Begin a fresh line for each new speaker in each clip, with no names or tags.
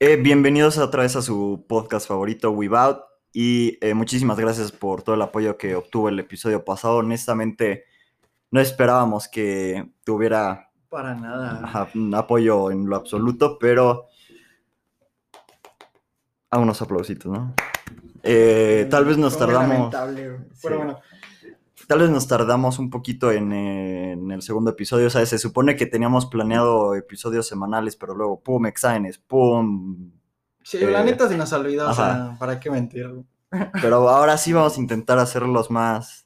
Eh, bienvenidos otra vez a su podcast favorito, Without. Y eh, muchísimas gracias por todo el apoyo que obtuvo el episodio pasado. Honestamente, no esperábamos que tuviera
Para nada.
ajá, un apoyo en lo absoluto, pero. A unos aplausitos, ¿no? Eh, tal vez nos
Fue muy
tardamos.
lamentable, güey.
Sí.
Pero bueno,
Tal vez nos tardamos un poquito en, eh, en el segundo episodio. O sea, se supone que teníamos planeado episodios semanales, pero luego, pum, exámenes, pum,
sí,
Eh,
la neta se nos olvidó, o
ajá.
sea, ¿para qué mentir? güey?
Pero ahora sí vamos a intentar hacerlos más,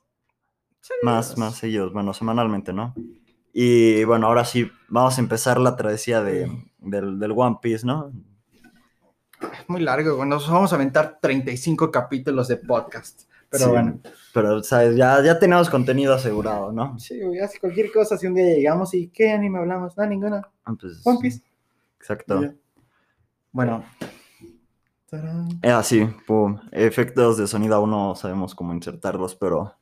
Sí,
más, más seguidos, bueno, semanalmente, ¿no? Y bueno, ahora sí vamos a empezar la travesía de, del, del One Piece, ¿no?
es Muy largo, güey. Nos vamos a aventar 35 capítulos de podcast. Pero
Sí,
bueno,
Pero, ¿sabes? Ya, ya tenemos contenido asegurado, ¿no?
sí, güey, hace cualquier cosa. Si un día llegamos y ¿qué anime hablamos? No, ninguna.
Ah, pues,
One Piece.
Exacto.
Y ya. Bueno. Tarán.
Es Eh, así, pum. Efectos de sonido aún no sabemos cómo insertarlos, pero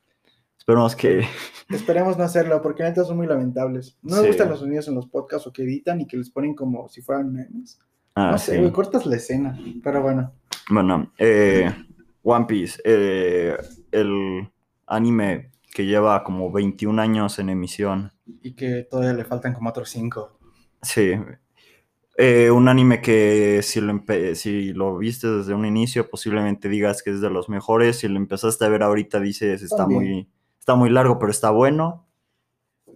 esperemos que...
Esperemos no hacerlo porque neta son muy lamentables. No
Sí.
me gustan los sonidos en los podcasts o que editan y que les ponen como si fueran memes.
Ah,
no sé,
sí.
güey, cortas la escena. Pero bueno.
Bueno, eh, One Piece, eh, el anime que lleva como 21 años en emisión.
Y que todavía le faltan como otros 5.
Sí. Eh, un anime que si lo, empe- si lo viste desde un inicio, posiblemente digas que es de los mejores. Si lo empezaste a ver ahorita, dices está
También.
muy, está muy largo, pero está bueno.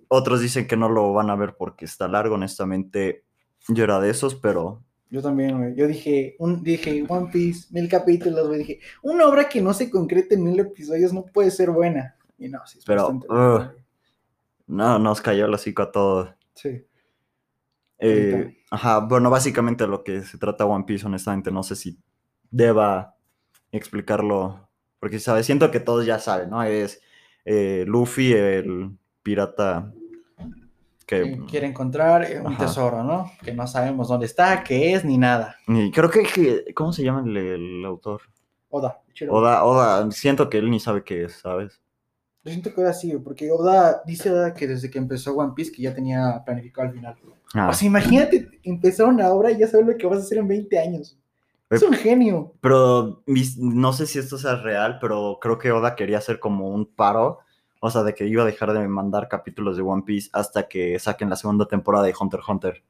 Otros dicen que no lo van a ver porque está largo. Honestamente, yo era de esos, pero
Yo también, güey. Yo dije, un, dije, One Piece, mil capítulos, güey. Dije, una obra que no se concrete en mil episodios no puede ser buena. Y no, sí, es
Pero,
bastante
ugh.
buena, güey.
no, nos cayó el hocico a todos.
Sí.
Eh,
Ahorita.
ajá, bueno, básicamente lo que se trata One Piece, honestamente, no sé si deba explicarlo, porque sabes, siento que todos ya saben, ¿no? Es eh, Luffy, el pirata que...
Eh, Quiere encontrar eh, un
Ajá.
tesoro, ¿no? Que no sabemos dónde está, qué es, ni nada.
y creo que, que- ¿cómo se llama el, el autor?
Oda. Ichiro.
Oda, Oda, siento que él ni sabe qué es, ¿sabes?
Yo siento que Oda sí, güey, porque Oda dice Oda que desde que empezó One Piece que ya tenía planificado al final.
Ah,
O sea, imagínate empezar una obra y ya sabes lo que vas a hacer en 20 años. Es
Eh,
un genio.
Pero mis- no sé si esto sea real, pero creo que Oda quería hacer como un paro. O sea, de que iba a dejar de mandar capítulos de One Piece hasta que saquen la segunda temporada de Hunter x Hunter.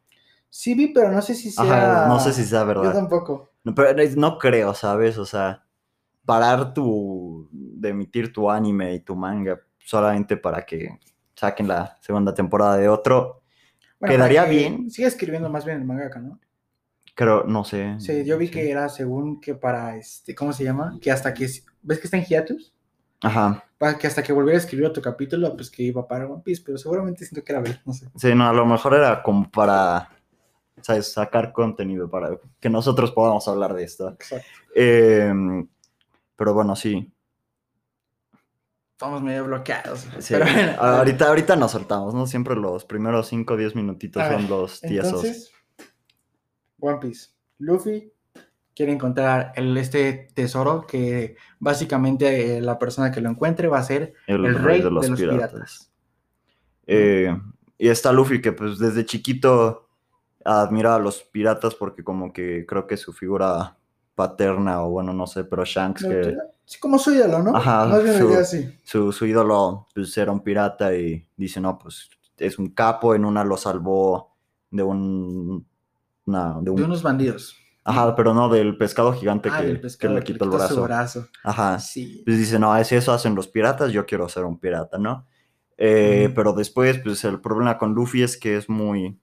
Sí vi, pero no sé si sea...
Ajá, no sé si sea
Yo
verdad.
tampoco.
No, pero es- no creo, ¿sabes? O sea, parar tu. de emitir tu anime y tu manga solamente para que saquen la segunda temporada de otro.
Bueno,
Quedaría
para que
bien.
Sigue escribiendo más bien el mangaka, ¿no?
Creo, no sé.
Sí, yo vi
sí.
que era según que para este, ¿cómo se llama? Que hasta que ves que está en hiatus,
Ajá.
para que hasta que volviera a escribir otro capítulo, pues que iba para One Piece, pero seguramente siento que era ver, no sé.
Sí, no, a lo mejor era como para. ¿Sabes? Sacar contenido para que nosotros podamos hablar de esto.
Exacto.
Em, pero bueno, sí.
Estamos medio bloqueados.
sí.
Pero bueno,
A- ahorita, ahorita nos soltamos, ¿no? Siempre los primeros 5 o 10 minutitos
A ver,
son los tiesos.
Ah, entonces One Piece, Luffy quiere encontrar el este tesoro que básicamente eh, la persona que lo encuentre va a ser
el,
el, rey de los, piratas.
Eh, y está Luffy, que pues desde chiquito admiraba a los piratas porque como que creo que su figura paterna o bueno, no sé, pero Shanks, que
Sí, como su ídolo, ¿no?
Ajá,
Más bien
su-
lo idea así.
su, su ídolo pues era un pirata y dice, no, pues es un capo, en una lo salvó de un... una- de un
De unos bandidos.
Ajá, pero no, del pescado gigante
Ah,
que,
del
que
pescado
le
que
quitó el
quitó su
brazo.
brazo.
Ajá.
Sí.
Pues dice, no, si eso hacen los piratas, yo quiero ser un pirata, ¿no? Eh,
Ujú.
Pero después, pues el problema con Luffy es que es muy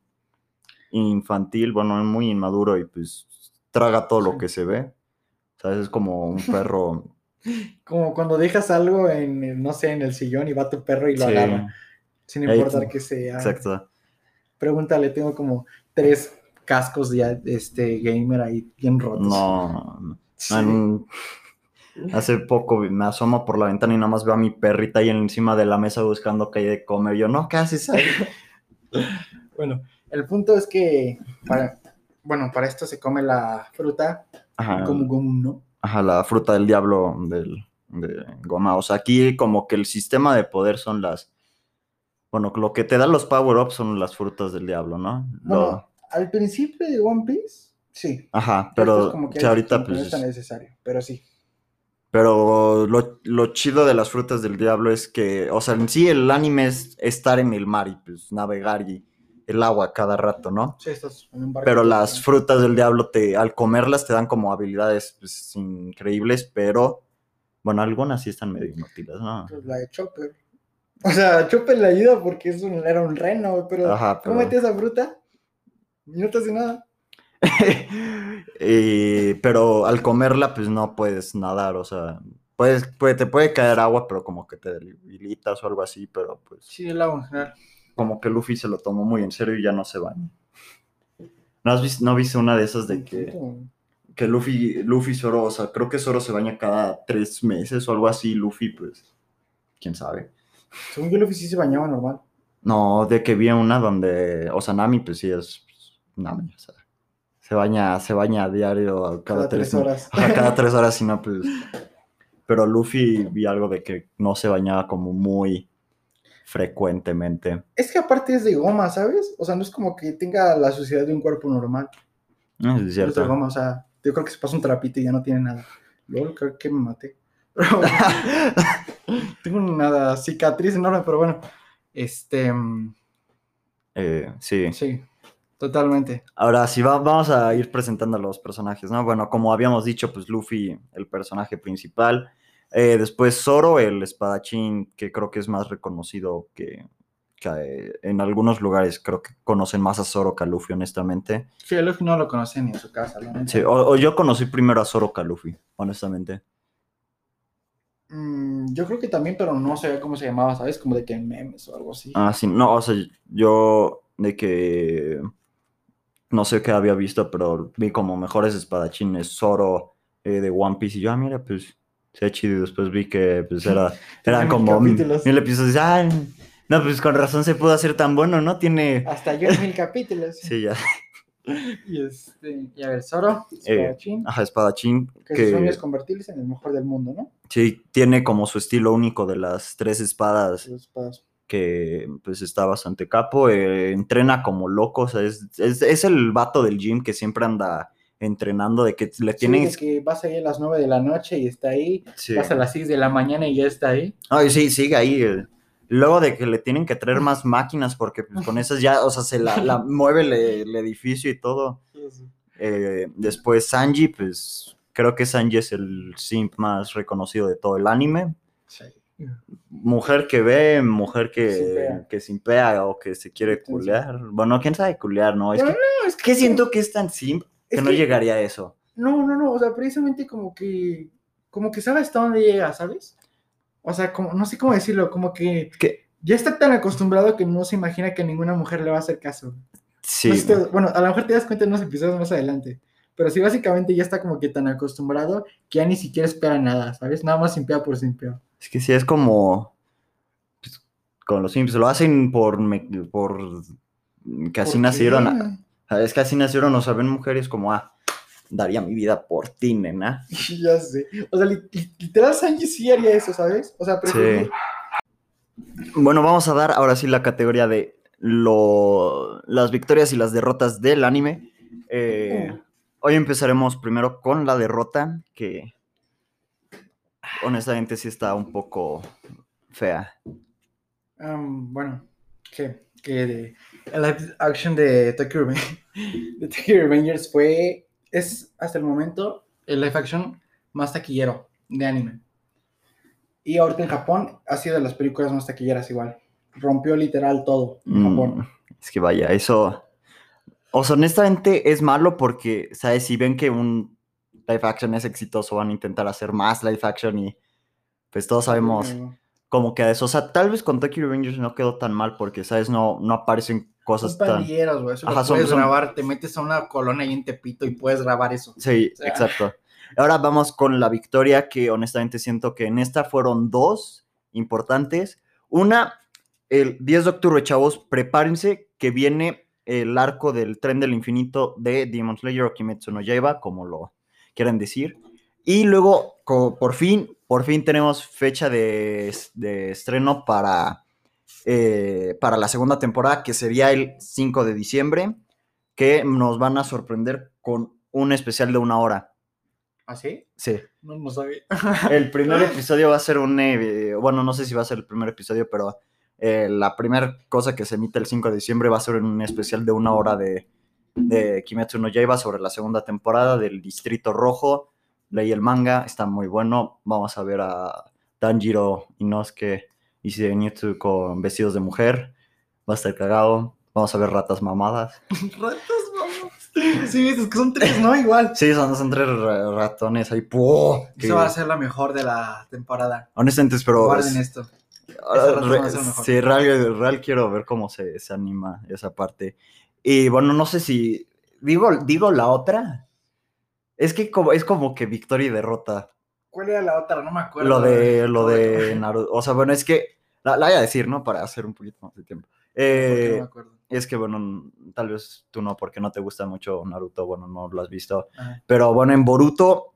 infantil, bueno, es muy inmaduro y pues traga todo lo
Sí.
que se ve. ¿Sabes? Es como un perro.
Como cuando dejas algo en, el- no sé, en el sillón y va tu perro y lo
Sí,
agarra, Ah, sin
Ey,
importar
como-
que sea.
exacto.
Pregúntale, tengo como tres cascos ya de este gamer ahí bien rotos.
No.
Sí.
no, Hace poco me asomo por la ventana y nada más veo a mi perrita ahí encima de la mesa buscando que hay de comer. Yo, no, ¿qué haces ahí?
Bueno, el punto es que para, bueno, para esto se come la fruta
Ajá.
como gum, ¿no?
Ajá, la fruta del diablo del, de Goma. O sea, aquí como que el sistema de poder son las. Bueno, lo que te dan los power-ups son las frutas del diablo, ¿no? Lo-
Bueno, al principio de One Piece Sí.
Ajá,
Esto
pero
es como que
o sea, ahorita
como que no
pues...
es tan necesario, pero sí.
Pero lo, lo chido de las frutas del diablo es que, o sea, en sí el anime es estar en el mar y pues navegar y el agua cada rato, ¿no?
Sí, estás en un barco.
Pero las frutas del diablo, te, al comerlas, te dan como habilidades pues, increíbles, pero, bueno, algunas sí están medio inútiles, ¿no?
Pues la de Chopper. O sea, Chopper le ayuda porque es un, era un reno, pero
Ajá, pero...
cómete esa fruta y no te hace nada.
Y- pero al comerla, pues no puedes nadar, o sea, puedes, puede- te puede caer agua, pero como que te debilitas o algo así, pero pues...
Sí, el agua en general.
como que Luffy se lo tomó muy en serio y ya no se baña. ¿No, has visto, no viste una de esas de que, que Luffy, Luffy y Zoro, o sea, creo que Zoro se baña cada tres meses o algo así, Luffy, pues, quién sabe.
Según yo, Luffy sí se bañaba normal.
No, de que vi una donde, o sea, Nami, pues sí es pues, Nami, o sea, se baña, se baña a diario cada,
Cada, tres
me-
horas.
Ajá, cada tres horas, si no, pues. Pero Luffy vi algo de que no se bañaba como muy frecuentemente.
Es que aparte es de goma, ¿sabes? O sea, no es como que tenga la suciedad de un cuerpo normal.
No, Ah, es
Es de
cierto.
goma, o sea, yo creo que se pasa un trapito y ya no tiene nada. LOL, creo que me maté. Pero- tengo una cicatriz enorme, pero bueno. Este, mm,
Eh, sí.
sí, totalmente.
Ahora sí, va- vamos a ir presentando a los personajes, ¿no? Bueno, como habíamos dicho, pues Luffy, el personaje principal. Eh, después Zoro, el espadachín, que creo que es más reconocido que, que, eh, en algunos lugares. Creo que conocen más a Zoro que a Luffy, honestamente.
Sí, el Luffy no lo conoce ni en su casa, la neta.
Sí, o, o yo conocí primero a Zoro que a Luffy, honestamente.
Mm, yo creo que también, pero no sabía cómo se llamaba, ¿sabes? Como de que memes o algo así.
Ah, sí, no, o sea, yo de que no sé qué había visto, pero vi como mejores espadachines, Zoro eh, de One Piece, y yo, ah, mira, pues, se ha chido, y después vi que, pues, era, eran
mil
como mm, mil
capítulos.
episodios, ah, no, pues, con razón se pudo hacer tan bueno, ¿no? Tiene,
Hasta yo en mil capítulos.
sí, ya,
Y, este, y a ver, Zoro,
Eh,
espadachín,
ajá, espadachín,
que su sueño
que,
es convertirse en el mejor del mundo, ¿no?
sí, tiene como su estilo único de las tres espadas,
Sus espadas.
que, pues, está bastante capo, eh, entrena como loco, o sea, es, es, es el vato del gym que siempre anda entrenando, de que le
Sí, de
tienen...
que vas ahí a las 9 de la noche y está ahí,
sí.
vas a las 6 de la mañana y ya está ahí.
Ay, sí, sigue ahí. eh. Luego de que le tienen que traer más máquinas porque pues, con esas ya, o sea, se la, la mueve le- el edificio y todo. Eh, después Sanji, pues creo que Sanji es el simp más reconocido de todo el anime.
Sí.
Mujer que ve, mujer que
Simpea.
que simpea o que se quiere
Entonces-
culear. Bueno, quién sabe culear, ¿no? Es
No,
que,
No, es
que siento que es tan simp que
es
no
que-
llegaría a eso.
No, no, no, o sea, precisamente como que, como que sabe hasta dónde llega, ¿sabes? O sea, como, no sé cómo decirlo, como que
¿Qué?
ya está tan acostumbrado que no se imagina que ninguna mujer le va a hacer caso.
Sí.
No sé si te- bueno, a lo mejor te das cuenta en unos episodios más adelante, pero sí, básicamente ya está como que tan acostumbrado que ya ni siquiera espera nada, ¿sabes? Nada más simpea por simpea.
Es que sí, es como pues, con los Sims. Lo hacen por, me- por que así
Porque-
nacieron. ah, Es que así nacieron, o sea, ven mujeres como, ah, daría mi vida por ti, nena.
Ya sé. O sea, li- li- literal Sanji sí haría eso, ¿sabes? O sea, preferiría-
Bueno, vamos a dar ahora sí la categoría de lo- las victorias y las derrotas del anime. Eh, Hoy empezaremos primero con la derrota, que honestamente sí está un poco fea.
Am, bueno, ¿qué? Que de- el live action de Tokyo Revengers, de Tokyo Revengers fue, es hasta el momento el live action más taquillero de anime. Y ahorita en Japón ha sido de las películas más taquilleras igual. Rompió literal todo en
Mm,
Japón.
es que vaya, eso. O sea, honestamente es malo porque, ¿sabes? Si ven que un live action es exitoso, van a intentar hacer más live action y pues todos sabemos
Un
como que eso. O sea, tal vez con Tokyo Revengers no quedó tan mal porque, ¿sabes? No, no aparecen cosas tan.
pandilleros, güey. Eso lo
Ajá, son-
puedes
son-
grabar, te metes a una colona ahí en Tepito y puedes grabar eso.
Sí,
sea.
exacto. Ahora vamos con la victoria que honestamente siento que en esta fueron dos importantes. Una, el 10 de octubre, chavos, prepárense que viene el arco del tren del infinito de Demon Slayer o Kimetsu no Yaiba, como lo quieran decir. Y luego, co- por fin, por fin tenemos fecha de, es- de estreno para, eh, para la segunda temporada, que sería el 5 de diciembre, que nos van a sorprender con un especial de una hora.
¿Ah, sí?
Sí.
No lo sabía.
El primer episodio va a ser un... eh, bueno, no sé si va a ser el primer episodio, pero eh, la primera cosa que se emite el 5 de diciembre va a ser un especial de una hora de, de Kimetsu no Yaiba sobre la segunda temporada del Distrito Rojo. Leí el manga, está muy bueno. Vamos a ver a Tanjiro Inosuke y Shigenitsu con vestidos de mujer. Va a estar cagado. Vamos a ver ratas mamadas.
Ratas, vamos. Sí, es que son tres, ¿no? Igual.
Sí, son, son tres ra- ratones ahí. ¡puah! Que-
Esa va a ser la mejor de la temporada.
Honestamente, espero...
Guarden esto. Esa razón
Re-
va a ser mejor.
Sí, real, real quiero ver cómo se, se anima esa parte. Y bueno, no sé si. Digo, digo la otra. Es que como, es como que victoria y derrota.
¿Cuál era la otra? No me acuerdo.
lo de, lo de
No,
Naruto. O sea, bueno, es que. La, la voy a decir, ¿no? Para hacer un poquito más de tiempo. Eh,
porque no me acuerdo.
es que, bueno, n- tal vez tú no, porque no te gusta mucho Naruto. Bueno, no lo has visto.
Ajá.
Pero bueno, en Boruto,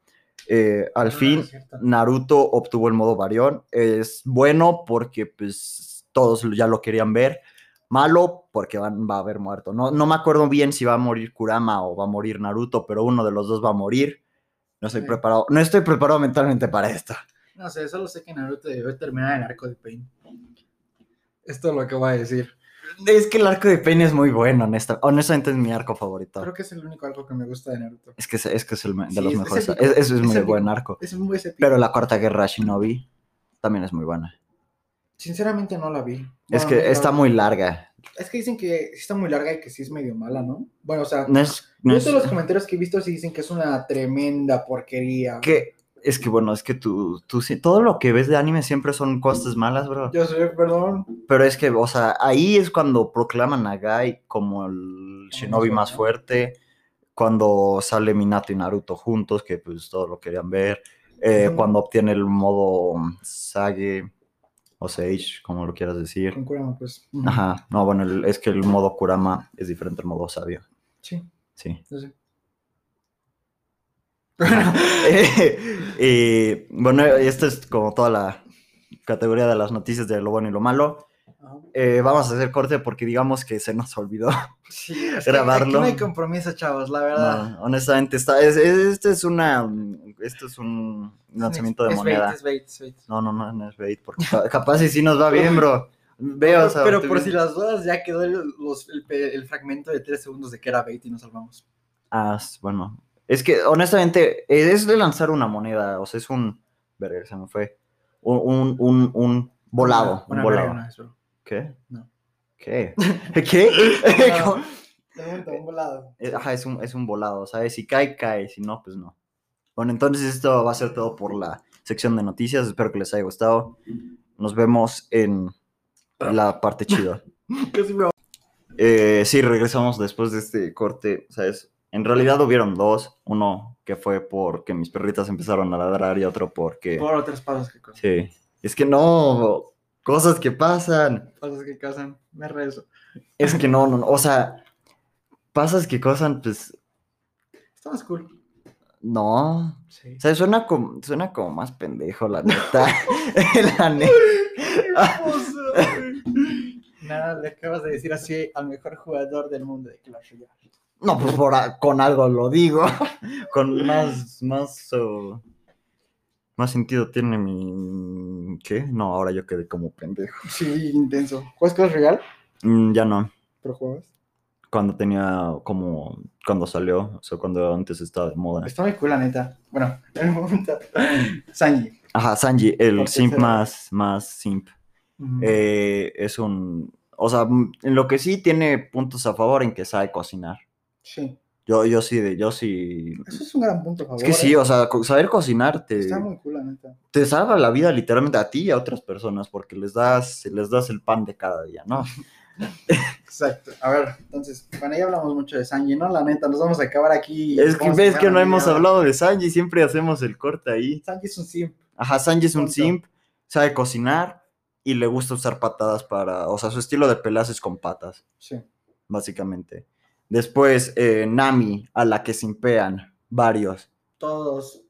eh, al
No,
fin,
no es cierto.
Naruto obtuvo el modo varión. Es bueno porque pues todos ya lo querían ver. Malo porque van- va a haber muerto. No, no me acuerdo bien si va a morir Kurama o va a morir Naruto, pero uno de los dos va a morir. No estoy
Sí.
preparado. No estoy preparado mentalmente para esto.
No sé, solo sé que Naruto debió terminar en el arco de Pain. Esto es lo que voy a decir.
Es que el arco de Pain es muy bueno, honesta- honestamente es mi arco favorito.
Creo que es el único arco que me gusta de Naruto.
Es que es, es que es el me- de
Sí,
los
es- es
mejores.
épico,
Es- eso es,
es
muy
épico.
buen arco.
Es muy épico.
Pero la cuarta guerra Shinobi también es muy buena.
Sinceramente no la vi.
es
Bueno,
que
no la
está
vi.
muy larga.
Es que dicen que sí está muy larga y que sí es medio mala, ¿no? Bueno, o sea,
No es, no
yo
es-
todos los comentarios que he visto sí dicen que es una tremenda porquería.
que es que bueno, es que tú, tú sí- todo lo que ves de anime siempre son cosas malas, bro.
Yo sé, perdón.
Pero es que, o sea, ahí es cuando proclaman a Gai como el shinobi
fuerte,
más
¿no?
fuerte, cuando sale Minato y Naruto juntos, que pues todos lo querían ver, eh,
Ujú.
cuando obtiene el modo Sage o Sage, como lo quieras decir.
Con Kurama, pues. ujú.
Ajá, no, bueno, el- es que el modo Kurama es diferente al modo sabio,
Sí,
sí.
yo sé.
Eh, bueno, esta es como toda la categoría de las noticias de lo bueno y lo malo.
Ajá.
Eh, vamos a hacer corte porque digamos que se nos olvidó.
Sí, es que aquí
Grabarlo.
no hay compromiso, chavos, la verdad.
No, honestamente, está, es, es- este es una, mm, esto es un lanzamiento de
Es bait,
moneda.
es bait, es bait.
No, no, no, no es bait, porque ca- capaz y si nos va bien, bro. Veo,
pero,
o sea,
pero
tú
por
bien-
si las dudas ya quedó el, los- el pe- el fragmento de tres segundos de que era bait y nos salvamos.
Ah, s- bueno. Es que, honestamente, eh, es de lanzar una moneda, o sea, es un, verga, se me fue, un, un, un, un volado, un
Una- una
volado.
verga, una vez, bro.
¿Qué?
No.
¿Qué? ¿Qué?
Volado.
¿Cómo?
De momento, un volado.
Eh, Ajá, es un, es un volado, ¿sabes? Si cae, cae, si no, pues no. Bueno, entonces esto va a ser todo por la sección de noticias. Espero que les haya gustado. Nos vemos en la parte chida.
Casi me
Eh, sí, regresamos después de este corte, ¿sabes? En realidad hubieron dos. Uno que fue porque mis perritas empezaron a ladrar y otro porque...
Por otras pasos que cosas.
Sí. Es que no, cosas que pasan.
Pasos que casan. Me rezo.
Es que no, no, no, o sea, pasas que cosas, pues,
Está más cool.
no.
Sí.
O sea, suena como, suena como más pendejo, la neta. la neta.
Nada, le acabas de decir así al mejor jugador del mundo de Clash Royale.
No, pues por a- con algo lo digo. Con más, más, oh, más sentido tiene mi... ¿Qué? No, ahora yo quedé como pendejo.
Sí, intenso. ¿Juegas Clash Royale?
Mm, ya no.
¿Pero jugabas?
Cuando tenía como, cuando salió, o sea, cuando antes estaba de moda.
Está muy cool, la neta. Bueno, en el momento. Sanji.
Ajá, Sanji, el
Porque
simp
será.
más, más simp. Eh, es un. O sea, mm, en lo que sí tiene puntos a favor en que sabe cocinar.
Sí.
Yo, yo sí, de- yo sí.
Eso es un gran punto, a favor.
Es que sí,
¿eh?
o sea, co- saber cocinar te,
Está muy cool, la neta.
te salva la vida literalmente a ti y a otras personas porque les das, les das el pan de cada día, ¿no?
Exacto. A ver, entonces, bueno, ya hablamos mucho de Sanji, ¿no? La neta, nos vamos a acabar aquí.
Es que
Vamos a
ves
sacar
que
un
no hemos
video.
hablado de Sanji, siempre hacemos el corte ahí.
Sanji es un simp.
Ajá, Sanji es un
Punto.
simp, sabe cocinar y le gusta usar patadas para. O sea, su estilo de peleas es con patas.
Sí.
básicamente. Después, eh, Nami, a la que simpean varios.
Todos.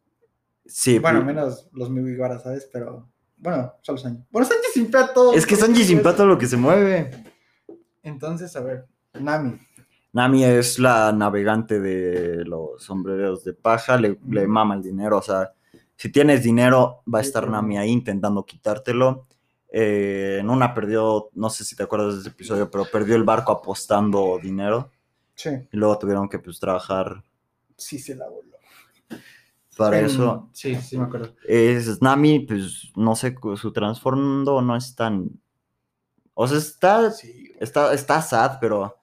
Sí, mm,
bueno,
pu-
menos los Mugiwara, ¿sabes? Pero, bueno, solo Sanji. Bueno, Sanji simpea a todos.
es que Sanji simpea todo lo que se mueve.
Entonces, a ver, Nami.
Nami es la navegante de los sombreros de paja, le, le mama el dinero, o sea, si tienes dinero, va a estar Nami ahí intentando quitártelo. Eh, en una perdió, no sé si te acuerdas de ese episodio, pero perdió el barco apostando dinero.
Sí,
Y luego tuvieron que pues trabajar
sí se la voló.
para
En-
eso.
Sí, sí, me acuerdo.
Es Nami, pues no sé, cu- su trasfondo no es tan. O sea, está,
Sí,
está, está sad, pero.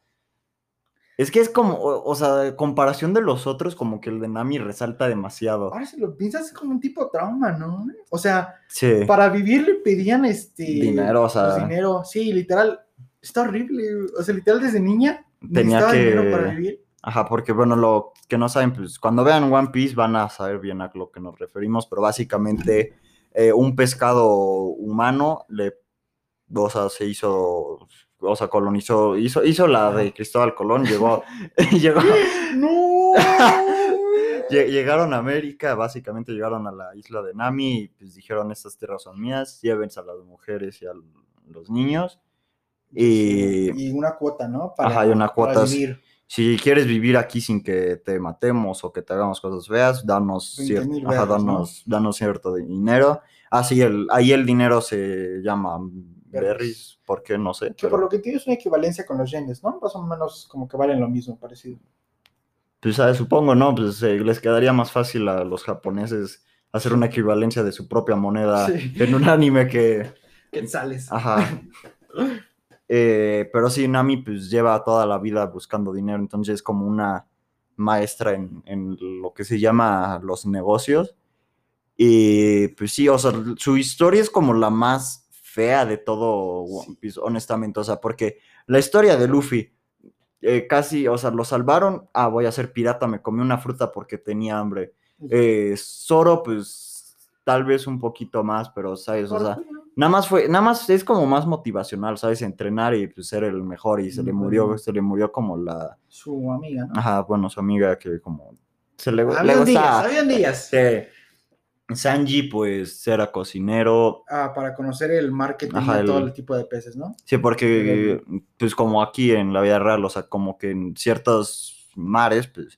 Es que es como, o, o sea, en comparación de los otros, como que el de Nami resalta demasiado.
Ahora si lo piensas es como un tipo de trauma, ¿no? O sea,
Sí.
para vivir le pedían este
Dinero, o sea.
pues, dinero, sí, literal. Está horrible, güey. o sea, literal desde niña
Tenía
necesitaba dinero
que-
para vivir.
Ajá, porque bueno, lo que no saben, pues cuando vean One Piece van a saber bien a lo que nos referimos, pero básicamente eh, un pescado humano le, o sea, se hizo, o sea, colonizó, hizo, hizo la de Cristóbal Colón, llegó, llegó,
No.
lle- llegaron a América, básicamente llegaron a la isla de Nami y pues dijeron, estas tierras son mías, llévense a las mujeres y a los niños. Y
y una cuota, ¿no?
Ajá, y una cuota,
Para
sí.
vivir
Si quieres vivir aquí sin que te matemos o que te hagamos cosas feas, danos,
20,000
cier- ajá,
vergas, ¿no?
danos, danos cierto dinero. Ah, sí, el, ahí el dinero se llama berries, porque no sé.
Que
pero,
por lo que tiene es una equivalencia con los yenes, ¿no? Más o menos como que valen lo mismo, parecido.
pues, ¿sabes? supongo, ¿no? Pues eh, les quedaría más fácil a los japoneses hacer una equivalencia de su propia moneda
Sí.
en un anime que...
sales?
Ajá. Eh, pero sí, Nami pues lleva toda la vida buscando dinero, entonces es como una maestra en, en lo que se llama los negocios. Y pues sí, o sea, su historia es como la más fea de todo One Piece, honestamente, o sea, porque la historia de Luffy, eh, casi, o sea, lo salvaron, ah, voy a ser pirata, me comí una fruta porque tenía hambre. Eh, Zoro, pues tal vez un poquito más, pero sabes, pues, o sea...
pues,
Nada más fue, nada más es como más motivacional, ¿sabes? Entrenar y pues, ser el mejor. Y se le murió,
Ujú.
se le murió como la.
Su amiga, ¿no?
Ajá, bueno, su amiga que como. Se le, le
Habían días,
gustaba.
habían días.
Sí. Sanji, pues, era cocinero.
Ah, para conocer el marketing
Ajá,
de
el-
todo el tipo de peces, ¿no?
Sí, porque, pues, como aquí en la vida real, o sea, como que en ciertos mares, pues,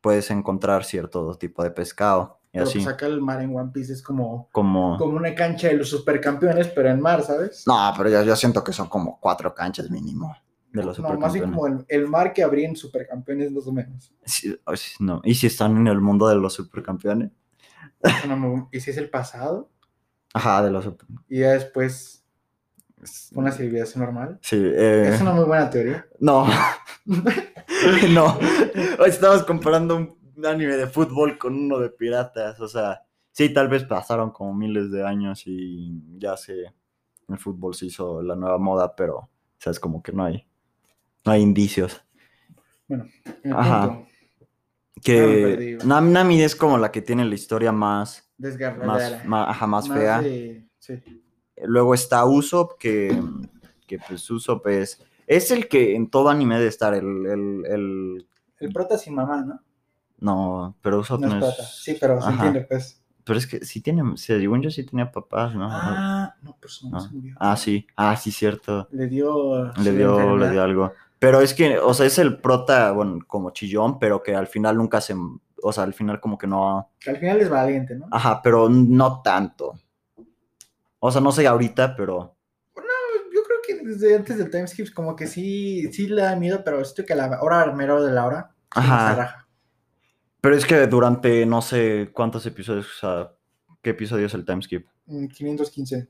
puedes encontrar cierto tipo de pescado. Y
Pero
así,
pues acá el mar en One Piece es como,
como.
como una cancha de los supercampeones, pero en mar, ¿sabes?
No, pero yo, yo siento que son como cuatro canchas mínimo de los
no, más bien
supercampeones.
como el, el mar que habría en supercampeones, más o menos.
Sí, o si- no. ¿Y si están en el mundo de los supercampeones?
Es una mo- y si es el pasado,
Ajá, de los super-
y ya después
es-
una civilización normal.
Sí, eh,
Es una muy buena teoría.
No. no. Hoy estabas comparando un anime de fútbol con uno de piratas. O sea, sí, tal vez pasaron como miles de años y ya se. El fútbol se hizo la nueva moda, pero, o sea, es como que no hay. No hay indicios.
El
Ajá.
punto, Ya me perdí,
Que
güey.
Nam Nami es como la que tiene la historia más.
desgarradera.
Más, ma- ajá, más
Más
fea.
de- sí.
Luego está Usopp, que, que pues Usopp es, es el que en todo anime debe estar, el, el, el-
El prota sin mamá, ¿no?
no, pero Usopp
No es prota. Sí, pero se
ajá.
entiende, pues.
Pero es que sí tiene, según yo sí tenía papás, ¿no? Ah,
Ah, no, pues su mamá
No.
se murió.
sí, ah, sí, cierto,
Le dio.
le
su
dio, le
enfermedad.
dio algo. Pero es que, o sea, es el prota, bueno, como chillón, pero que al final nunca se, o sea, al final como que no,
Que al final es valiente, ¿no?
ajá, pero no tanto. O sea, no sé ahorita, pero...
Yo creo que desde antes del timeskip, como que sí, sí le da miedo, pero esto que a la hora armero de la hora. sí
Ajá.
se raja.
Pero es que durante no sé cuántos episodios, o sea, ¿qué episodio es el timeskip?
Mm, 515.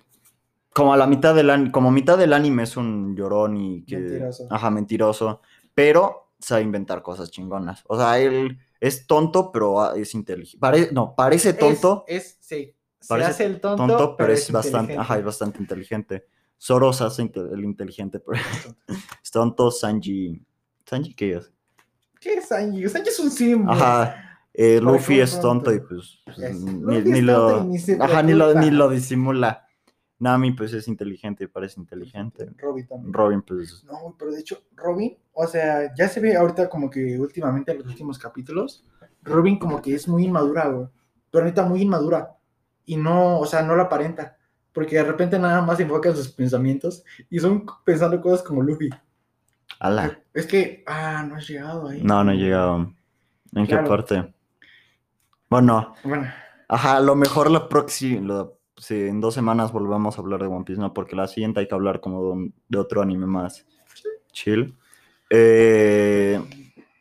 Como a la mitad del anime, como mitad del anime es un llorón y que...
Mentiroso.
Ajá, mentiroso. Pero sabe inventar cosas chingonas. O sea, él es tonto, pero ah, es inteligente. no, parece tonto,
Es, es- sí. Se
Parece
hace el tonto,
tonto, pero, es,
inteligente.
bastante, ajá, es bastante inteligente. Zoro se hace inte- el inteligente, pero
Es tonto.
es tonto. Sanji... ¿Sanji qué es?
¿Qué es Sanji? Sanji es un símbolo.
Ajá. eh,
Porque
Luffy
es
es tonto y
tonto.
pues... pues,
Es-
ni,
Luffy
ni
es tonto
lo...
y ni se
Ajá, ni lo,
preocupa.
ni lo disimula. Nami, pues es inteligente y parece inteligente.
Robin también.
Robin, pues.
No, güey, pero de hecho, Robin, o sea, ya se ve ahorita como que últimamente en los últimos capítulos, Robin como que es muy inmadura, güey. Pero neta, muy inmadura. Y no, o sea, no la aparenta. Porque de repente nada más se enfoca en sus pensamientos y son pensando cosas como Luffy.
Ala.
Es que, ah, no has llegado ahí.
No, no he llegado. ¿En
Claro.
qué parte? Bueno,
Bueno,
ajá, a lo mejor la próxima. Sí, en dos semanas volvemos a hablar de One Piece, ¿no? Porque la siguiente hay que hablar como de, un- de otro anime más. Chill. Eh,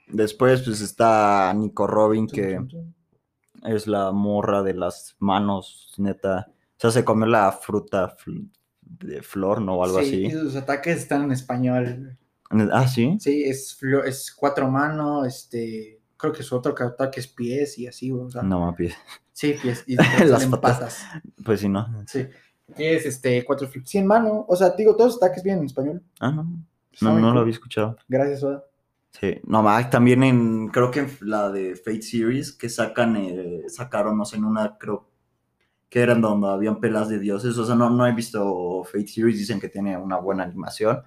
después, pues está Nico Robin, que es la morra de las manos, neta. O sea, se come la fruta fl- de flor, ¿no? O algo
sí, Y
así.
sus ataques están en español.
Ah, sí.
Sí, es, flio- es cuatro manos, este. Creo que su otro ca- ataque es pies y así, o sea.
No, mames.
Sí, pies. Y
Las
salen
patas.
patas.
Pues sí, no.
Sí. Es este, cuatro flip. Sí, en mano. O sea, digo, todos los ataques vienen en español.
Ah, no.
Está
No,
bien
no lo
cool.
había escuchado.
Gracias, Oda.
Sí, no más, también en, creo que en la de Fate Series, que sacan, eh, sacaron, no sé, en una, creo, que eran donde habían pelas de dioses, o sea, no, no he visto Fate Series, dicen que tiene una buena animación,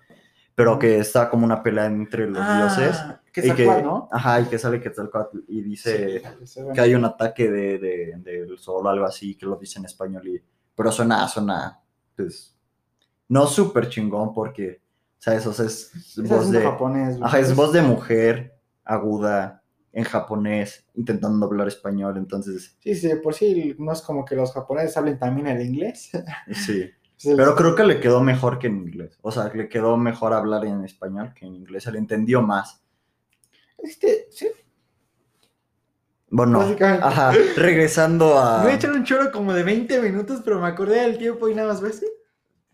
pero que está como una pelea entre los dioses.
Ah, Que
y
es
que-
actual, ¿no?
Ajá, y que sale Quetzalcóatl y dice
Sí, sí, bueno.
que hay un ataque de, de- del sol o algo así, que lo dice en español, y, pero suena, suena, pues, no súper chingón porque, o sea, eso es,
Ese
voz
acento
de...
japonés, pues. güey.
Ajá, es voz de mujer, aguda, en japonés, intentando hablar español, entonces,
Sí, sí, de por sí no es como que los japoneses hablen también el inglés.
sí.
Es el-
Pero creo que le quedó mejor que en inglés. O sea, le quedó mejor hablar en español que en inglés, se le entendió más.
Este, sí,
Bueno,
básicamente.
ajá, regresando a...
Me he echado un choro como de 20 minutos, pero me acordé del tiempo y nada más, ¿ves?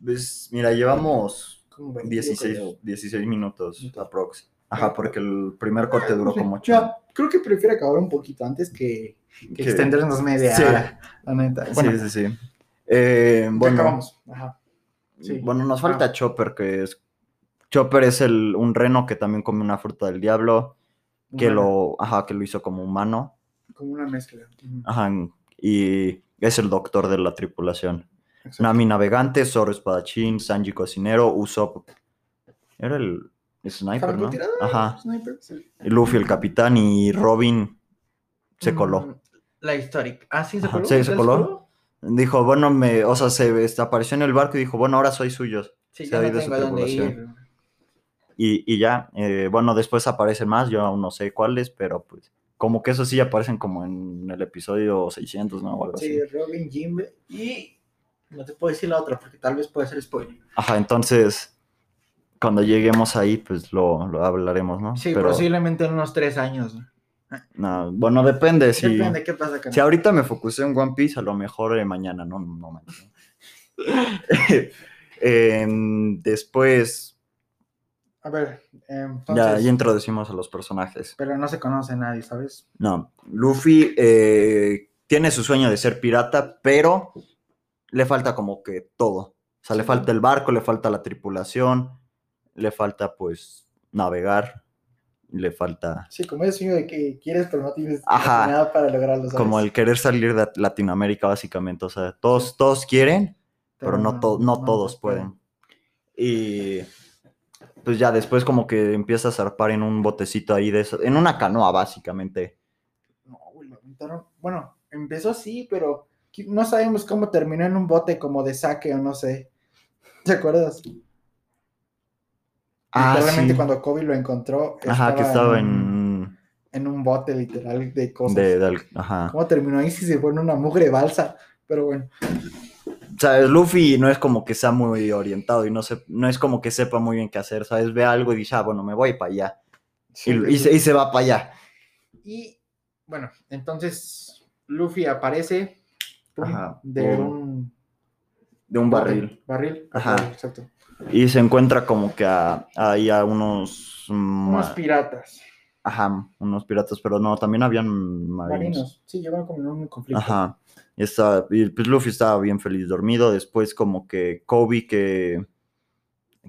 Pues, mira, llevamos
Como 20,
16,
creo.
16 minutos aprox. Ajá, porque el primer corte duró como
Ah,
8.
Sí, ya, creo que prefiero acabar un poquito antes que, que extendernos media
Sí.
hora. La neta. Bueno,
Sí, sí, sí. Eh,
ya
bueno,
acabamos. Ajá. Sí. Ah.
Bueno, nos falta Chopper, que es. Chopper es el, un reno que también come una fruta del diablo, que
Humano,
lo, ajá, que lo hizo como humano.
Como una mezcla. Ujú,
Ajá, y es el doctor de la tripulación.
exacto.
Nami navegante, Zoro espadachín, Sanji cocinero, Usopp. Era el sniper, ¿no?
Francotirador,
Ajá.
Sniper, sí.
y Luffy el capitán y Robin se coló.
Mm, La histórica. Ah, sí, se
Ajá,
coló.
sí, se
¿Ya les
coló. Dijo, bueno, me, o sea, se este, apareció en el barco y dijo, bueno, ahora soy suyo.
Sí,
Se
ya
ha
no
ido su
tengo a dónde ir.
tripulación. Y, y ya, eh, bueno, después aparecen más, yo aún no sé cuáles, pero pues como que eso sí aparecen como en el episodio 600, ¿no? O algo
Sí,
así.
Robin, Jim y no te puedo decir la otra porque tal vez puede ser spoiler.
Ajá, entonces, cuando lleguemos ahí, pues lo, lo hablaremos, ¿no?
Sí,
pero,
posiblemente en unos tres años. ¿no?
no, bueno, depende, si,
Depende de qué pasa con
si ahorita me focusé en One Piece, a lo mejor eh, mañana, no, no manches. Em, después,
A ver, em,
ya,
entonces,
ya introducimos a los personajes.
pero no se conoce nadie, ¿sabes?
No, Luffy eh, tiene su sueño de ser pirata, pero le falta como que todo. O sea, le
Sí.
falta el barco, le falta la tripulación, le falta pues navegar, le falta
Sí, como es sueño de que quieres, pero no tienes
Ajá.
nada para lograrlo. ¿sabes?
como el querer salir de Latinoamérica básicamente. O sea, todos, todos quieren, pero no, to- no todos pueden. Y pues ya después como que empieza a zarpar en un botecito ahí de eso, en una canoa básicamente.
No, güey, lo aventaron. Bueno, empezó así, pero qui- no sabemos cómo terminó en un bote como de saque o no sé. ¿Te acuerdas? Literalmente
sí.
cuando Kobe lo encontró.
Ajá, que Ah, estaba en...
en un bote literal de cosas.
De, del- ajá.
¿Cómo terminó ahí si se fue en una mugre balsa? Pero bueno,
¿Sabes? Luffy no es como que sea muy orientado y no, se, no es como que sepa muy bien qué hacer, ¿sabes? Ve algo y dice, ah, bueno, me voy para allá. Y, y se, y se va para allá.
Y, bueno, entonces Luffy aparece pum,
Ajá,
de
pum.
un
De un barril.
Barril,
Ajá.
barril, exacto.
Y se encuentra como que a- ahí a unos... mm,
Unos piratas,
ajá, unos piratas, pero no, también habían marinos.
marinos. Sí, llevan como en un conflicto.
Ajá. Y, estaba- y, pues Luffy estaba bien feliz dormido. Después como que Kobe, que,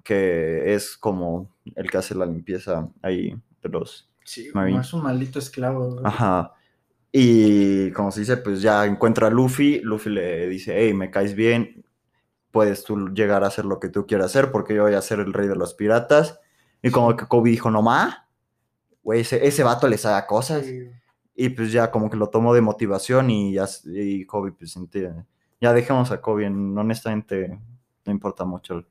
que es como el que hace la limpieza ahí de los
Sí,
Marine.
como es un maldito esclavo. güey.
Ajá. Y como se dice, pues ya encuentra a Luffy. Luffy le dice, hey, me caes bien. Puedes tú llegar a hacer lo que tú quieras hacer porque yo voy a ser el rey de los piratas. Y como que Kobe dijo, no ma, güey, ese, ese vato les haga cosas.
Sí,
Y pues ya como que lo tomó de motivación y, ya, s- y Kobe pues entiende. Ya dejemos a Kobe, en- honestamente no importa mucho.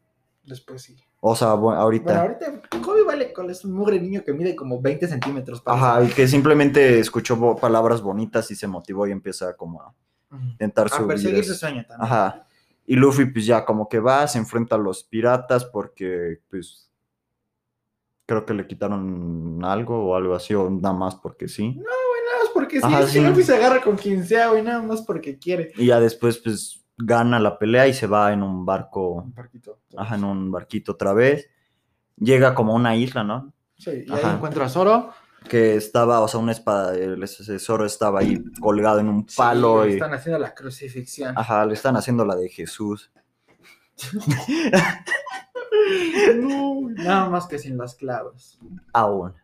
después sí.
O sea, bu- ahorita...
Bueno, ahorita Kobe vale Riley Cole es un mugre niño que mide como 20 centímetros.
Ajá, y que simplemente escuchó bo- palabras bonitas y se motivó y empieza como a intentar
A
subir.
perseguir
es-
su sueño también.
Ajá. Y Luffy pues ya como que va, se enfrenta a los piratas porque pues creo que le quitaron algo o algo así o nada más porque sí.
Nada más porque sí,
Ajá,
es que
sí.
Luffy se agarra con quien sea, güey, nada más porque quiere.
Y ya después pues gana la pelea y se va en un barco,
Un parquito.
ajá, en un barquito otra vez. Llega como a una isla, ¿no?
Sí, y
Ajá.
ahí encuentro a Zoro.
Que estaba, o sea, una espada, el asesor estaba ahí colgado en un
Sí,
palo
le
y...
Están haciendo la crucifixión.
Ajá, le están haciendo la de Jesús.
No, güey, nada más que sin las clavas.
Aún.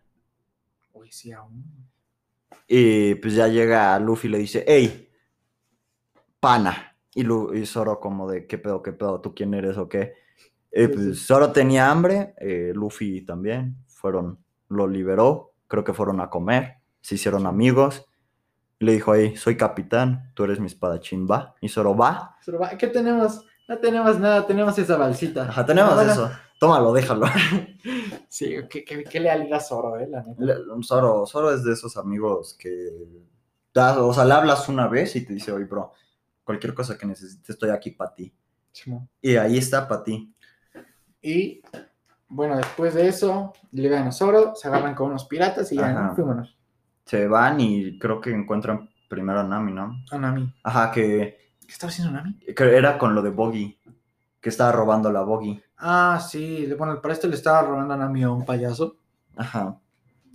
Uy, sí, aún.
Y pues ya llega Luffy y le dice, hey, pana. Y, Lu- y Zoro como de, ¿qué pedo, qué pedo? ¿Tú quién eres o qué? Eh,
Sí, sí.
pues, Zoro tenía hambre, eh, Luffy también. Fueron, lo liberó, creo que fueron a comer, se hicieron amigos. Le dijo, hey, soy capitán, tú eres mi espadachín, va. Y Zoro va.
Pero va, ¿Qué tenemos? No tenemos nada, tenemos esa balsita.
Ajá, tenemos
Ahora-
eso. Tómalo, déjalo.
Sí, qué, qué, qué lealidad Zoro, eh, la neta.
Le- um, Zoro, Zoro es de esos amigos que, da- o sea, le hablas una vez y te dice, oye, bro, cualquier cosa que necesites, estoy aquí para ti.
Simón.
Y ahí está para ti.
Y bueno, después de eso, le dan a Zoro, se agarran con unos piratas y ya,
Ajá.
¿no? Fuímonos.
Se van y creo que encuentran primero a Nami, ¿no?
A Nami.
Ajá, que,
¿Qué estaba haciendo Nami?
que era con lo de Boggy, que estaba robando la Boggy.
Ah, sí, le- bueno, para esto le estaba robando a Nami a un payaso.
Ajá.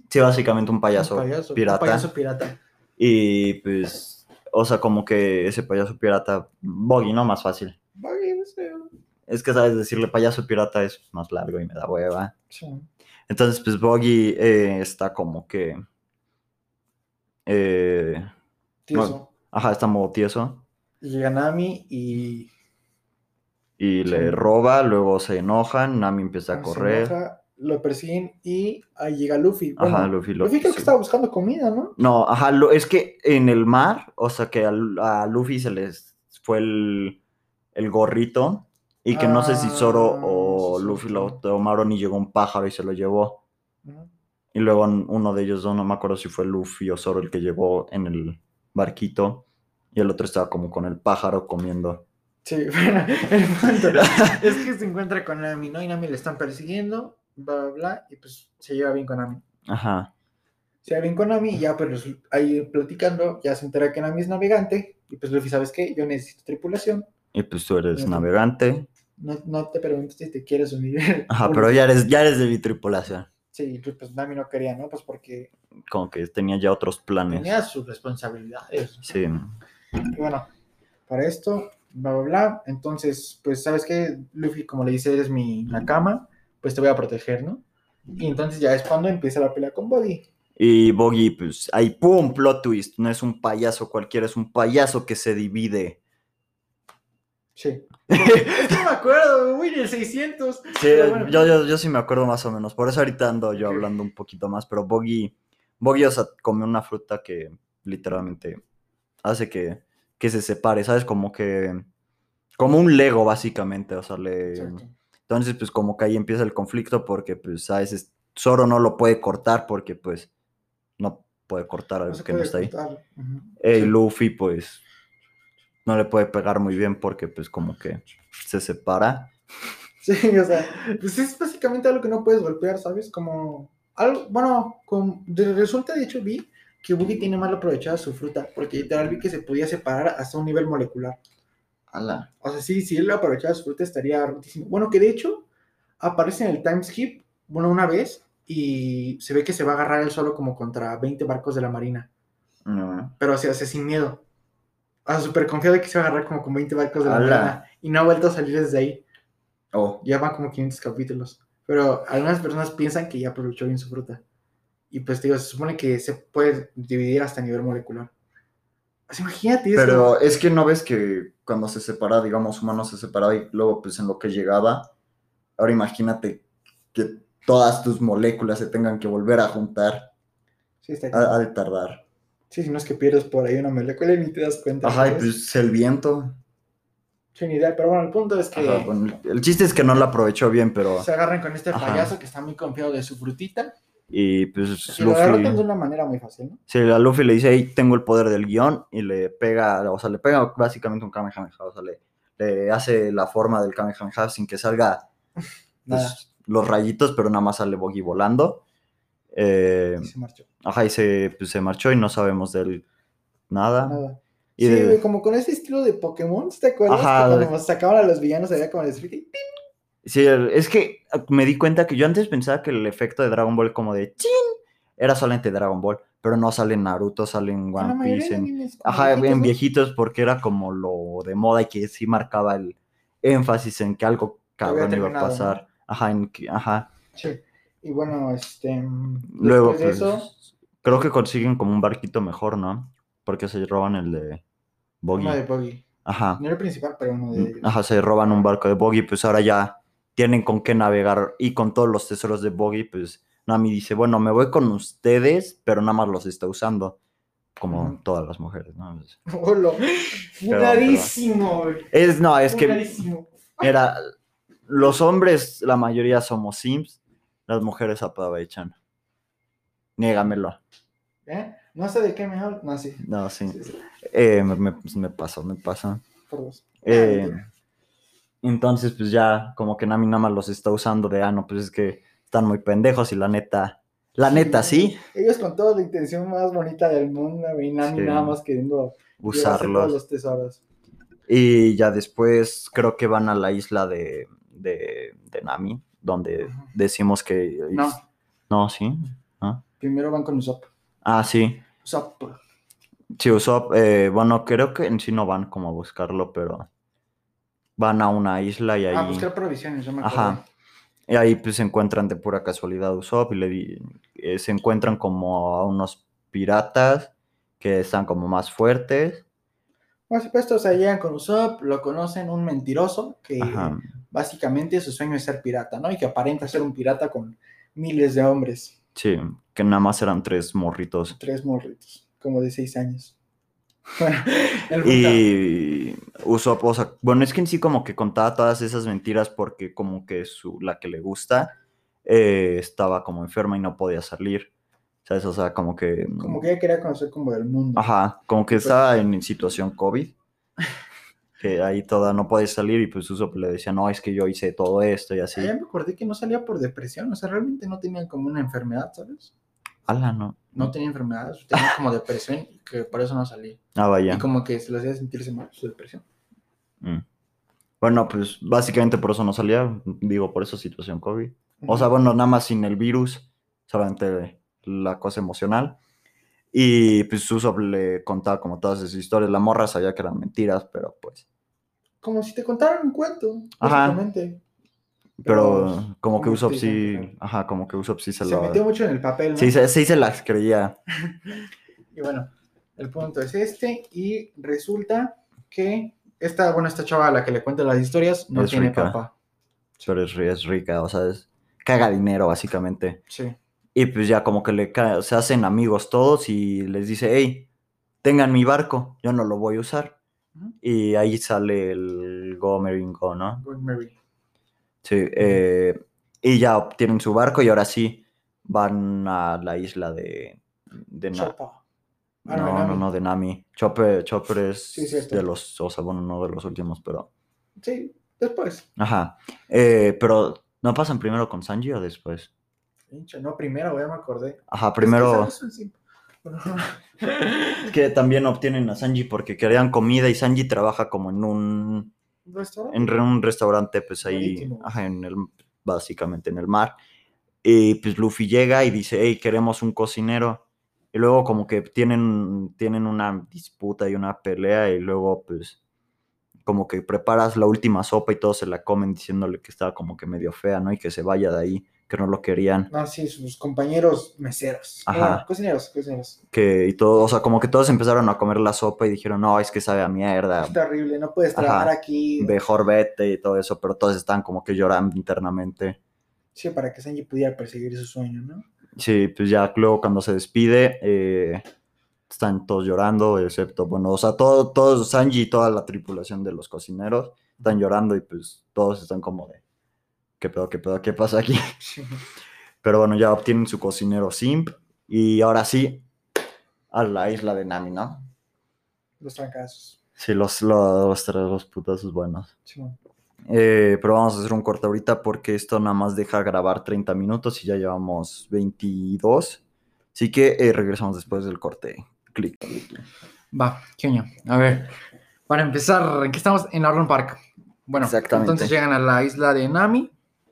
Sí, básicamente un payaso,
un payaso
pirata.
Un payaso pirata.
Y pues, o sea, como que ese payaso pirata, Boggy, ¿no? Más fácil.
Ay, no sé.
Es que, ¿sabes? Decirle payaso pirata es más largo y me da hueva.
Sí.
Entonces, pues Boggy eh, está como que. eh,
Tieso.
Bueno. ajá, está modo tieso.
Y Llega Nami y
Y le
Sí. Ah,
roba, luego se enojan, Nami empieza a
se
correr.
enoja, lo persiguen y ahí llega Luffy. Bueno,
Ajá, Luffy lo.
Luffy creo
sí.
que estaba buscando comida, ¿no?
No, ajá, lo- es que en el mar, o sea que al- a, Luffy se les fue el, el gorrito. Y que no sé si
Ah,
Zoro o
sí,
Luffy
cierto.
lo tomaron y llegó un pájaro y se lo llevó.
Ujú.
Y luego n- uno de ellos, dos, no me acuerdo si fue Luffy o Zoro el que llevó en el barquito. Y el otro estaba como con el pájaro comiendo.
Sí, bueno, el punto es que se encuentra con Nami, ¿no? Y Nami le están persiguiendo, bla, bla, bla, y pues se lleva bien con Nami.
Ajá.
Se lleva bien con Nami y ya, pues ahí platicando, ya se entera que Nami es navegante, y pues Luffy, ¿sabes qué? Yo necesito tripulación.
Y pues tú eres
Ujú.
navegante.
No, no te pregunto si te quieres unir.
Ajá, pero ya eres, ya eres de mi tripulación.
Sí, pues Nami no quería, ¿no? Pues porque
Como que tenía ya otros planes.
tenía sus responsabilidades.
Sí.
Y bueno, para esto, bla, bla, bla. Entonces, pues, ¿sabes qué? Luffy, como le dice, eres mi Nakama, pues te voy a proteger, ¿no? Y entonces ya es cuando empieza la pelea con Body.
Y Boggy, pues ahí, ¡pum! Plot twist. No es un payaso cualquiera, es un payaso que se divide.
Sí. Es que me acuerdo, güey, en el 600.
Sí,
Pero bueno.
yo, yo, yo sí me acuerdo más o menos. Por eso ahorita ando yo
Ok.
hablando un poquito más. Pero Boggy, Boggy, o sea, comió una fruta que literalmente hace que, que se separe, ¿sabes? Como que. Como un Lego, básicamente. O sea, le.
Exacto.
Entonces, pues como que ahí empieza el conflicto porque, pues, ¿sabes? Es- Zoro no lo puede cortar porque, pues, no puede cortar algo
se
que no
puede
está ahí.
cortar. Ujú.
Y
Sí.
Luffy, pues, no le puede pegar muy bien porque, pues, como que se separa.
Sí, o sea, pues es básicamente algo que no puedes golpear, ¿sabes? Como algo, bueno, con, de- resulta de hecho vi que Boogie tiene mal aprovechada su fruta, porque literal vi que se podía separar hasta un nivel molecular.
Ala.
O sea, sí, si él aprovechara su fruta estaría rotísimo. Bueno, que de hecho aparece en el time skip, bueno, una vez, y se ve que se va a agarrar él solo como contra 20 barcos de la marina,
No.
pero o sea, hace sin miedo. O sea, súper confiado de que se va a agarrar como con 20 barcos de la
Ala.
marina, y no ha vuelto a salir desde ahí.
Oh,
Ya van como 500 capítulos. Pero algunas personas piensan que ya aprovechó bien su fruta. Y pues te digo, se supone que se puede dividir hasta nivel molecular. Pues imagínate eso.
pero es que no ves que cuando se separa, digamos, humano se separaba y luego, pues, en lo que llegaba. Ahora imagínate que todas tus moléculas se tengan que volver a juntar.
Sí, está
Ha ha de tardar.
Sí, si no es que pierdes por ahí una molécula y ni te das cuenta.
Ajá, y
¿sabes?
pues el viento.
Trinidad, pero bueno, el punto es que
Ajá, bueno, el chiste es que no la aprovechó bien, pero.
se agarran con este
Ajá.
payaso que está muy confiado de su frutita.
Y pues
Y lo derrotan de
Luffy.
una manera muy fácil, ¿no?
Sí, a Luffy le dice, ahí tengo el poder del guión. Y le pega, o sea, le pega básicamente un Kamehameha. O sea, le, le hace la forma del Kamehameha sin que salga pues,
Nada,
los rayitos, pero nada más sale Boggy volando. Eh,
y se marchó.
ajá, y se, pues, se marchó y no sabemos de él nada.
Nada.
Ah, Y
sí,
de-
güey, como con ese estilo de Pokémon, ¿te acuerdas?
Ajá,
que
de-
cuando sacaban a los villanos había como el Sweetie.
sí, el- es que ah, me di cuenta que yo antes pensaba que el efecto de Dragon Ball como de chin era solamente Dragon Ball, pero no sale en Naruto, sale en
Ah, la
One
mayoría
Piece.
de
en-
animes como
ajá, en
¿no?
viejitos porque era como lo de moda y que sí marcaba el énfasis en que algo
había
cabrón iba a
terminado, ¿no?
pasar. Ajá, en que- ajá.
Sí. Y bueno, este.
Luego,
después de
pues,
eso,
creo que consiguen como un barquito mejor, ¿no? Porque se roban el de Boggy.
uno de Boggy.
Ajá. Mm,
No era el principal, pero uno de ellos.
Ajá, se roban un barco de Boggy, pues ahora ya tienen con qué navegar y con todos los tesoros de Boggy, pues Nami dice, bueno, me voy con ustedes, pero nada más los está usando, como
Ujú.
todas las mujeres, ¿no? Es-
Olo. Funadísimo, Oh, güey.
Es, no, es que
Funadísimo.
era, los hombres, la mayoría somos sims, las mujeres aprovechan. Niégamelo.
¿Eh? No sé de qué me hablo. No, sí.
No, sí.
Sí, sí,
Eh, me, me, me pasó, me pasó.
Por dos.
Eh,
Ah, mentira.
Entonces, pues ya, como que Nami nada más los está usando de, ah, no, pues es que están muy pendejos y la neta, la neta, sí,
Ellos con toda la intención más bonita del mundo, güey. Nami
Sí.
nada más queriendo llevarse todos
usarlos.
los tesoros.
Y ya después creo que van a la isla de, de, de Nami, donde
Ajá.
decimos que...
No,
No, sí.
primero van con Usopp.
Ah, sí.
Usopp.
Sí, Usopp, eh, bueno, creo que en sí no van como a buscarlo, pero van a una isla y ahí...
A buscar Ah, pues provisiones, yo me acuerdo.
Ajá. Y ahí pues se encuentran de pura casualidad a Usopp y le di- eh, se encuentran como a unos piratas que están como más fuertes.
Por supuesto, o sea, llegan con Usopp, lo conocen, un mentiroso que
Ajá.
básicamente su sueño es ser pirata, ¿no? Y que aparenta ser un pirata con miles de hombres,
Sí, que nada más eran tres morritos.
tres morritos, como de seis años. Bueno, el punto-
Y Usopp, o sea, bueno, es que en sí como que contaba todas esas mentiras porque como que su, la que le gusta eh, estaba como enferma y no podía salir. ¿Sabes? O sea, como que...
como que ella quería conocer como del mundo.
Ajá, como que estaba en situación COVID, que ahí toda no puede salir y pues Usopp le decía, no, es que yo hice todo esto y así.
Allá Ah, me acordé que no salía por depresión, o sea, realmente no tenía como una enfermedad, ¿sabes?
Ala, no.
No tenía enfermedades, tenía como depresión, que por eso no salía.
Ah, vaya.
Y como que se lo hacía sentirse mal su depresión.
Mm. Bueno, pues básicamente por eso no salía, digo, por eso situación COVID. O sea,
Ujú.
bueno, nada más sin el virus, solamente la cosa emocional. Y pues Usopp le contaba como todas esas historias. La morra sabía que eran mentiras, pero pues...
Como si te contaran un cuento,
Ajá.
básicamente.
Pero como que
como
Usopp
te
sí...
dicen, claro.
Ajá, como que Usopp sí se,
se,
lo...
metió mucho en el papel, ¿no?
Sí, se- sí se las creía.
Y bueno, el punto es este y resulta que esta, bueno, esta chava a la que le cuenta las historias no
Es
tiene
rica.
papá.
pero es, ri- es rica, o sea, es, caga dinero básicamente.
Sí.
Y pues ya como que le ca- se hacen amigos todos y les dice, hey, tengan mi barco, yo no lo voy a usar.
Ujú.
Y ahí sale el Gomeringo, ¿no?
Going Mary.
Sí, eh, y ya obtienen su barco y ahora sí van a la isla de... de Na-
Chopa. Ah, no, de
no, no,
Nami.
no, de Nami. Chopper, Chopper es
Sí, cierto.
de los, o sea, bueno, no de los últimos, pero...
Sí, después.
Ajá. Eh, pero, ¿no pasan primero con Sanji o después?
Hincha, no, primero, ya me acordé.
Ajá, primero...
Es que, ¿sabes? Sí.
que también obtienen a Sanji porque querían comida y Sanji trabaja como en un
Restaurante.
en re- un restaurante pues ahí
Marítimo.
ajá, en el básicamente en el mar y pues Luffy llega y dice hey queremos un cocinero y luego como que tienen tienen una disputa y una pelea y luego pues como que preparas la última sopa y todos se la comen diciéndole que estaba como que medio fea no y que se vaya de ahí que no lo querían
No, sí, sus compañeros meseros.
Ajá.
Bueno, cocineros, cocineros.
que y todo o sea como que todos empezaron a comer la sopa y dijeron no es que sabe a mierda
Es terrible, no puedes
Ah. Ajá.
trabajar aquí.
mejor vete y todo eso, pero todos están como que llorando internamente.
Sí, para que Sanji pudiera perseguir su sueño, ¿no?
Sí, pues ya luego cuando se despide, eh, están todos llorando, excepto, bueno, o sea, todo, todos, Sanji y toda la tripulación de los cocineros están llorando y pues todos están como de, ¿qué pedo, qué pedo, qué pasa aquí? Pero bueno, ya obtienen su cocinero simp y ahora sí, a la isla de Nami, ¿no?
Los trancazos.
Sí, los, los, los, los putazos buenos.
Simón.
Eh, pero vamos a hacer un corte ahorita porque esto nada más deja grabar 30 minutos y ya llevamos 22. Así que eh, regresamos después del corte. Clic.
Va, genio. A ver, para empezar, aquí estamos en Arlon Park. Bueno,
Exactamente.
entonces llegan a la isla de Nami,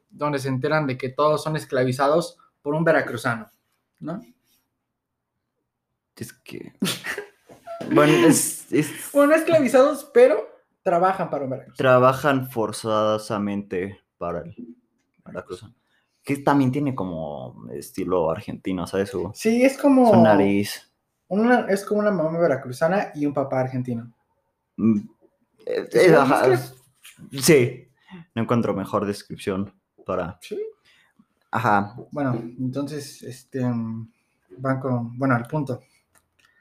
donde se enteran de que todos son esclavizados por un veracruzano, ¿no?
Es que. Bueno, es- es-
Bueno, no esclavizados, pero trabajan para un veracruzano.
trabajan forzadamente para el Veracruzano. Que también tiene como estilo argentino, ¿sabes? Su,
Sí, es como...
su nariz.
Una, es como una mamá veracruzana y un papá argentino.
Mm, eh,
¿Es
eh,
lo
ajá,
mismo?
sí, no encuentro mejor descripción para.
Sí.
Ajá,
Bueno, entonces, este, mm, van con, bueno, al punto.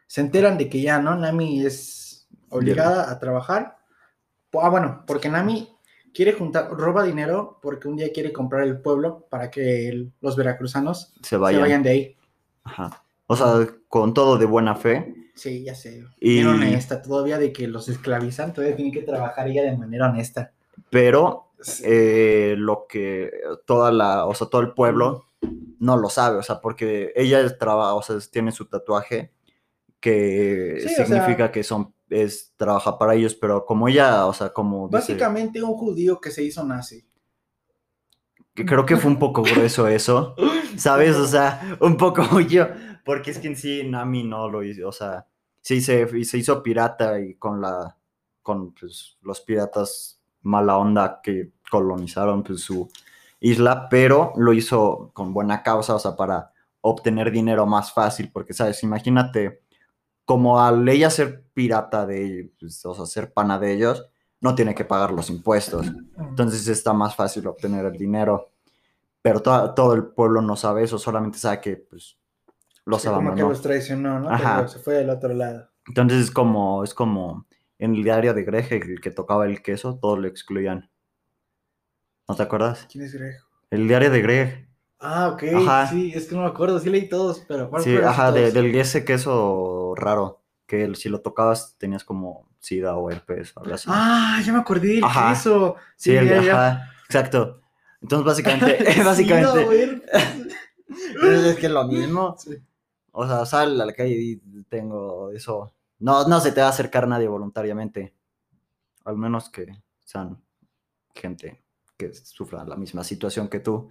Se enteran de que ya, ¿no? Nami es obligada a trabajar. Po- Ah, bueno, porque Nami quiere juntar, roba dinero porque un día quiere comprar el pueblo para que el- los veracruzanos
se vayan.
se vayan de ahí.
Ajá. O sea, con todo de buena fe.
Sí, ya sé.
Y-
Bien honesta, todavía de que los esclavizan, todavía tienen que trabajar ella de manera honesta.
Pero eh, lo que toda la, o sea, todo el pueblo no lo sabe, o sea, porque ella trabaja, o sea, tiene su tatuaje que
Sí, o sea-
significa que son, es, trabaja para ellos, pero como ella, o sea, como dice-
Básicamente un judío que se hizo nazi.
que creo que fue un poco grueso eso, ¿sabes? O sea, un poco yo, porque es que en sí Nami no lo hizo, o sea, sí se, se hizo pirata y con la, con pues, los piratas mala onda que colonizaron pues, su isla, pero lo hizo con buena causa, o sea, para obtener dinero más fácil, porque, ¿sabes? Imagínate, como al ella ser pirata de, pues, o sea, ser pana de ellos, no tiene que pagar los impuestos. Entonces está más fácil obtener el dinero. Pero to- todo el pueblo no sabe eso, solamente sabe que pues, los
Sí, como que
abandonó.
los traicionó, ¿no?
Ajá.
Pero se fue del otro lado.
Entonces es como, es como en el diario de Grege, el que tocaba el queso, todos lo excluían. ¿No te acuerdas?
¿Quién es Grejo?
El diario de Greg.
Ah, ok.
Ajá.
Sí, es que no me acuerdo. Sí leí todos, pero... ¿cuál
Sí,
fueron
ajá, de-
todos?
del ese queso raro, que el- si lo tocabas tenías como sida o herpes, algo así.
Ah, ya me acordé del
Ajá.
queso.
sí, el-
ya, ya.
ajá, exacto. Entonces
Sí,
básicamente,
no,
básicamente,
güey.
Pero es que es lo mismo.
Sí.
O sea, sal a la calle y tengo eso. No, no se te va a acercar nadie voluntariamente. Al menos que sean gente que sufra la misma situación que tú.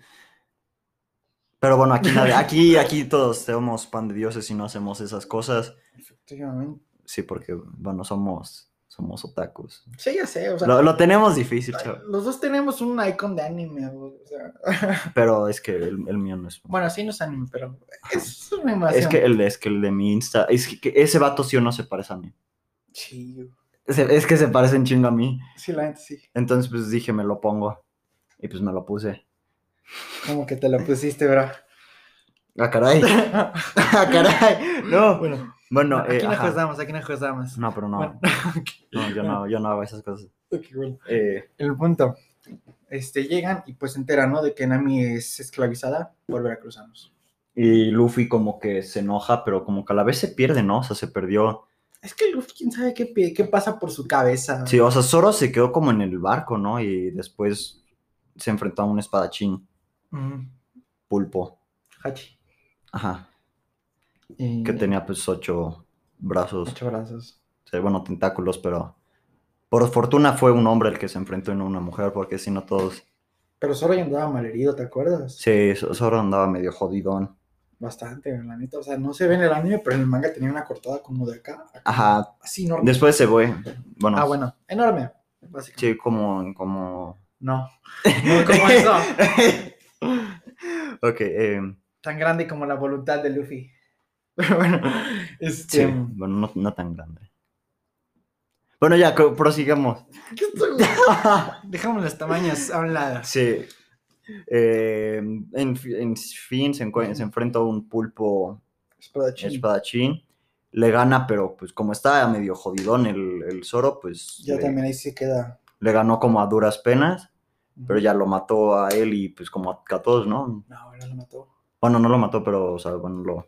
Pero bueno, aquí, nadie- aquí, aquí todos somos pan de dioses y no hacemos esas cosas.
Efectivamente.
Sí, porque, bueno, somos, somos otakus.
Sí, ya sé, o sea...
Lo, lo tenemos difícil,
ay,
chaval.
Los dos tenemos un icon de anime, güey, o sea,
Pero es que el, el mío no es.
bueno, sí no es anime, pero es una animación.
Es que el, es que el de mi Insta. Es que, que ese vato sí o no se parece a mí.
Sí, güey.
Se- es que se parecen chingo a mí.
sí, la gente sí.
Entonces, pues dije, me lo pongo. Y pues me lo puse.
Como que te la pusiste, bro.
¡Ah, caray! ¡Ah, caray! No.
Bueno,
Bueno, eh,
aquí nos
ajá.
juzgamos, aquí nos juzgamos.
No, pero no.
Bueno.
No, yo no, yo no hago esas cosas.
Ok, bueno.
Eh,
El punto. Este, llegan y pues se enteran, ¿no? De que Nami es esclavizada por veracruzanos.
y Luffy como que se enoja, pero como que a la vez se pierde, ¿no? O sea, se perdió.
Es que Luffy, quién sabe qué, pi- qué pasa por su cabeza.
Sí, o sea, Zoro se quedó como en el barco, ¿no? Y después se enfrentó a un espadachín,
Ujú.
pulpo.
Mm, Hachi.
Ajá.
Y-
Que tenía pues ocho brazos.
Ocho brazos.
O sea, bueno, tentáculos, pero... Por fortuna fue un hombre el que se enfrentó y no una mujer, porque si no todos...
Pero Zoro ya andaba malherido, ¿te acuerdas?
Sí, Z- Zoro andaba medio jodidón.
Bastante, la neta. O sea, no se ve en el anime, pero en el manga tenía una cortada como de acá. acá.
Ajá,
Así enorme.
después se fue. Bueno,
Ah, bueno. Enorme. Básicamente.
sí, como... como...
No. No como eso.
ok, eh,
Tan grande como la voluntad de Luffy. Pero bueno.
sí,
Este.
bueno, no, no tan grande. Bueno, ya, co- prosigamos.
¿Qué estoy- Dejamos los tamaños a un lado.
sí. Eh, en, fi- en fin, se, encue- se enfrenta a un pulpo
Espadachín.
espadachín. Le gana, pero pues como está medio jodidón el, el Zoro, pues
Ya
le,
también ahí se queda.
le ganó como a duras penas, pero ya lo mató a él y pues como a, a todos, ¿no?
No, no lo mató.
Bueno, no lo mató, pero, o sea, bueno, lo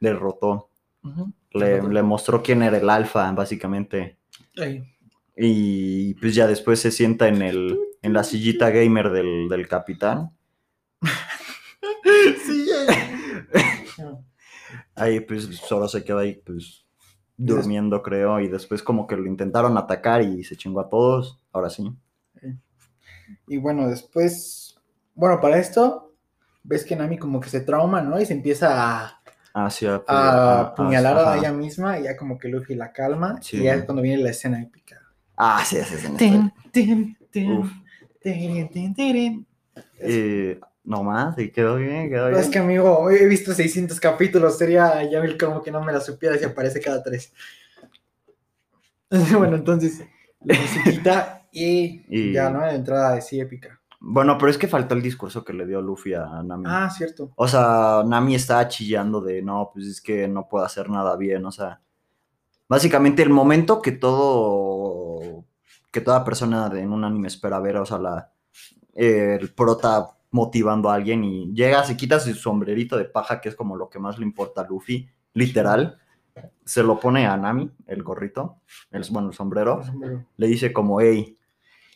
derrotó.
Ujú.
Le,
Derrotó.
le mostró quién era el alfa, básicamente.
Ey,
Y pues ya después se sienta en, el, en la sillita gamer del, del capitán.
Sí, No.
Ahí pues solo se queda ahí pues durmiendo creo y después como que lo intentaron atacar y se chingó a todos. Ahora sí.
Y bueno, después, bueno, para esto, ves que Nami como que se trauma, ¿no? Y se empieza a,
Hacia
a apuñalar a
ajá.
ella misma y Ah, ya como que Luffy la calma.
Sí.
Y ya es cuando viene la escena épica.
Ah, sí, sí, sí, sí.
Tin, tin, tin,
Uf.
tirin, tin, tirin.
Eh, no más, y quedó bien, quedó
No,
bien.
Es que amigo, he visto 600 capítulos, sería ya mil como que no me la supiera si aparece cada tres. bueno, entonces, la musiquita y,
Y-
ya, ¿no? La entrada sí épica.
Bueno, pero es que faltó el discurso que le dio Luffy a Nami.
Ah, cierto.
O sea, Nami está chillando de no, pues es que no puedo hacer nada bien. O sea, básicamente el momento que todo. que toda persona de- en un anime espera ver, o sea, la, el prota motivando a alguien y llega, se quita su sombrerito de paja, que es como lo que más le importa a Luffy, literal. Se lo pone a Nami, el gorrito, el, bueno, el sombrero.
Pero-
Le dice como, hey,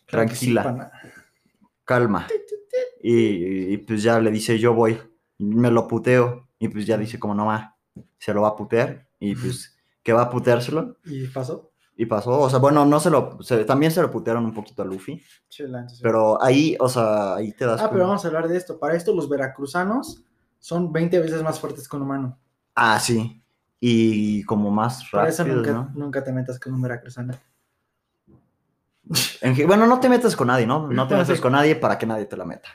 claro que sí,
Tranquila.
pana.
calma. Y, y pues ya le dice, yo voy, me lo puteo. Y pues ya dice, como no va, se lo va a putear. Y pues, que va a puteárselo.
¿Y pasó?
Y pasó, o sea, bueno, no se lo, se- también se lo putearon un poquito a Luffy.
Chela, entonces-
Pero ahí, o sea, ahí te das
Ah, pero
cuenta.
vamos a hablar de esto. Para esto, los veracruzanos son 20 veces más fuertes que un humano.
Ah, sí. Y como más
Para eso
rápido,
nunca,
¿no?
nunca te metas con un veracruzano.
En ge- bueno, no te metas con nadie, ¿no? No te
Ah,
metas
sí.
con nadie para que nadie te la meta.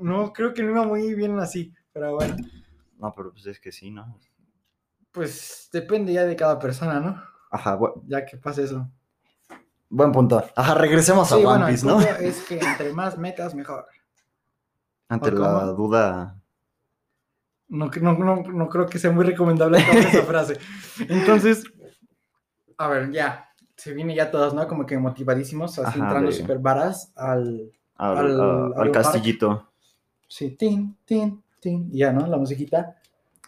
no, creo que no iba muy bien así. Pero bueno,
No, pero pues es que sí, ¿no?
pues depende ya de cada persona, ¿no?
Ajá, bu-
Ya que pasa eso.
buen punto. Ajá, regresemos a
Sí,
One
bueno, el
Piece, ¿no?
punto es que entre más metas, mejor.
Ante
¿O
la
cómo?
duda
No, no, no, no creo que sea muy recomendable acabar esa frase. Entonces, a ver, ya. Se viene ya todas, ¿no? Como que motivadísimos,
Ajá,
así entrando
de-
super varas al.
al,
Al-
a-
al
al
parque.
castillito.
Sí, tin, tin, tin. y Ya, ¿no? La musiquita.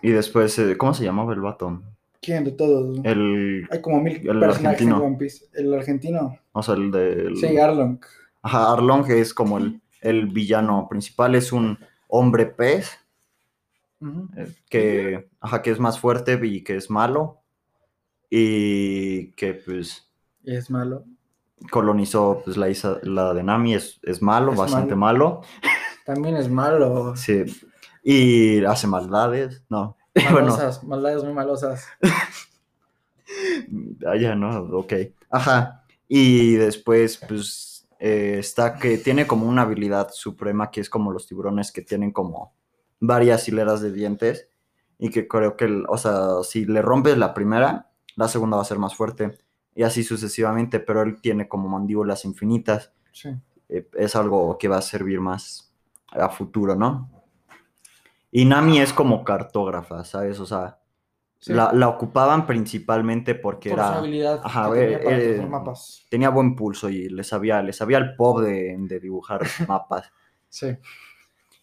Y después, eh, ¿cómo se llamaba el vato?
¿Quién de todos?
El,
Hay como mil
el
personajes en
argentino.
One Piece. El argentino.
o sea, el del...
Sí, Garlong.
Ajá, Arlong que es como el, el villano principal, es un hombre pez
Ujú.
eh, que, ajá, que es más fuerte y que es malo y que pues
Y es malo.
colonizó pues, la isla la de Nami, es, es malo,
Es
bastante malo.
También es malo.
Sí. Y hace maldades, no. Bueno,
Malosas, maldades muy malosas.
Ah, ya, no, ok. Ajá. Y después, pues, eh, está que tiene como una habilidad suprema que es como los tiburones que tienen como varias hileras de dientes y que creo que, el- o sea, si le rompes la primera, la segunda va a ser más fuerte y así sucesivamente, pero él tiene como mandíbulas infinitas.
Sí.
Eh, es algo que va a servir más a futuro, ¿no? Y Nami es como cartógrafa, ¿sabes? O sea,
Sí.
la, la ocupaban principalmente porque
Por su
era
habilidad
Ajá,
que tenía
eh,
para
eh,
trazar mapas.
tenía buen pulso y le sabía, le sabía el pop de, de dibujar mapas.
Sí.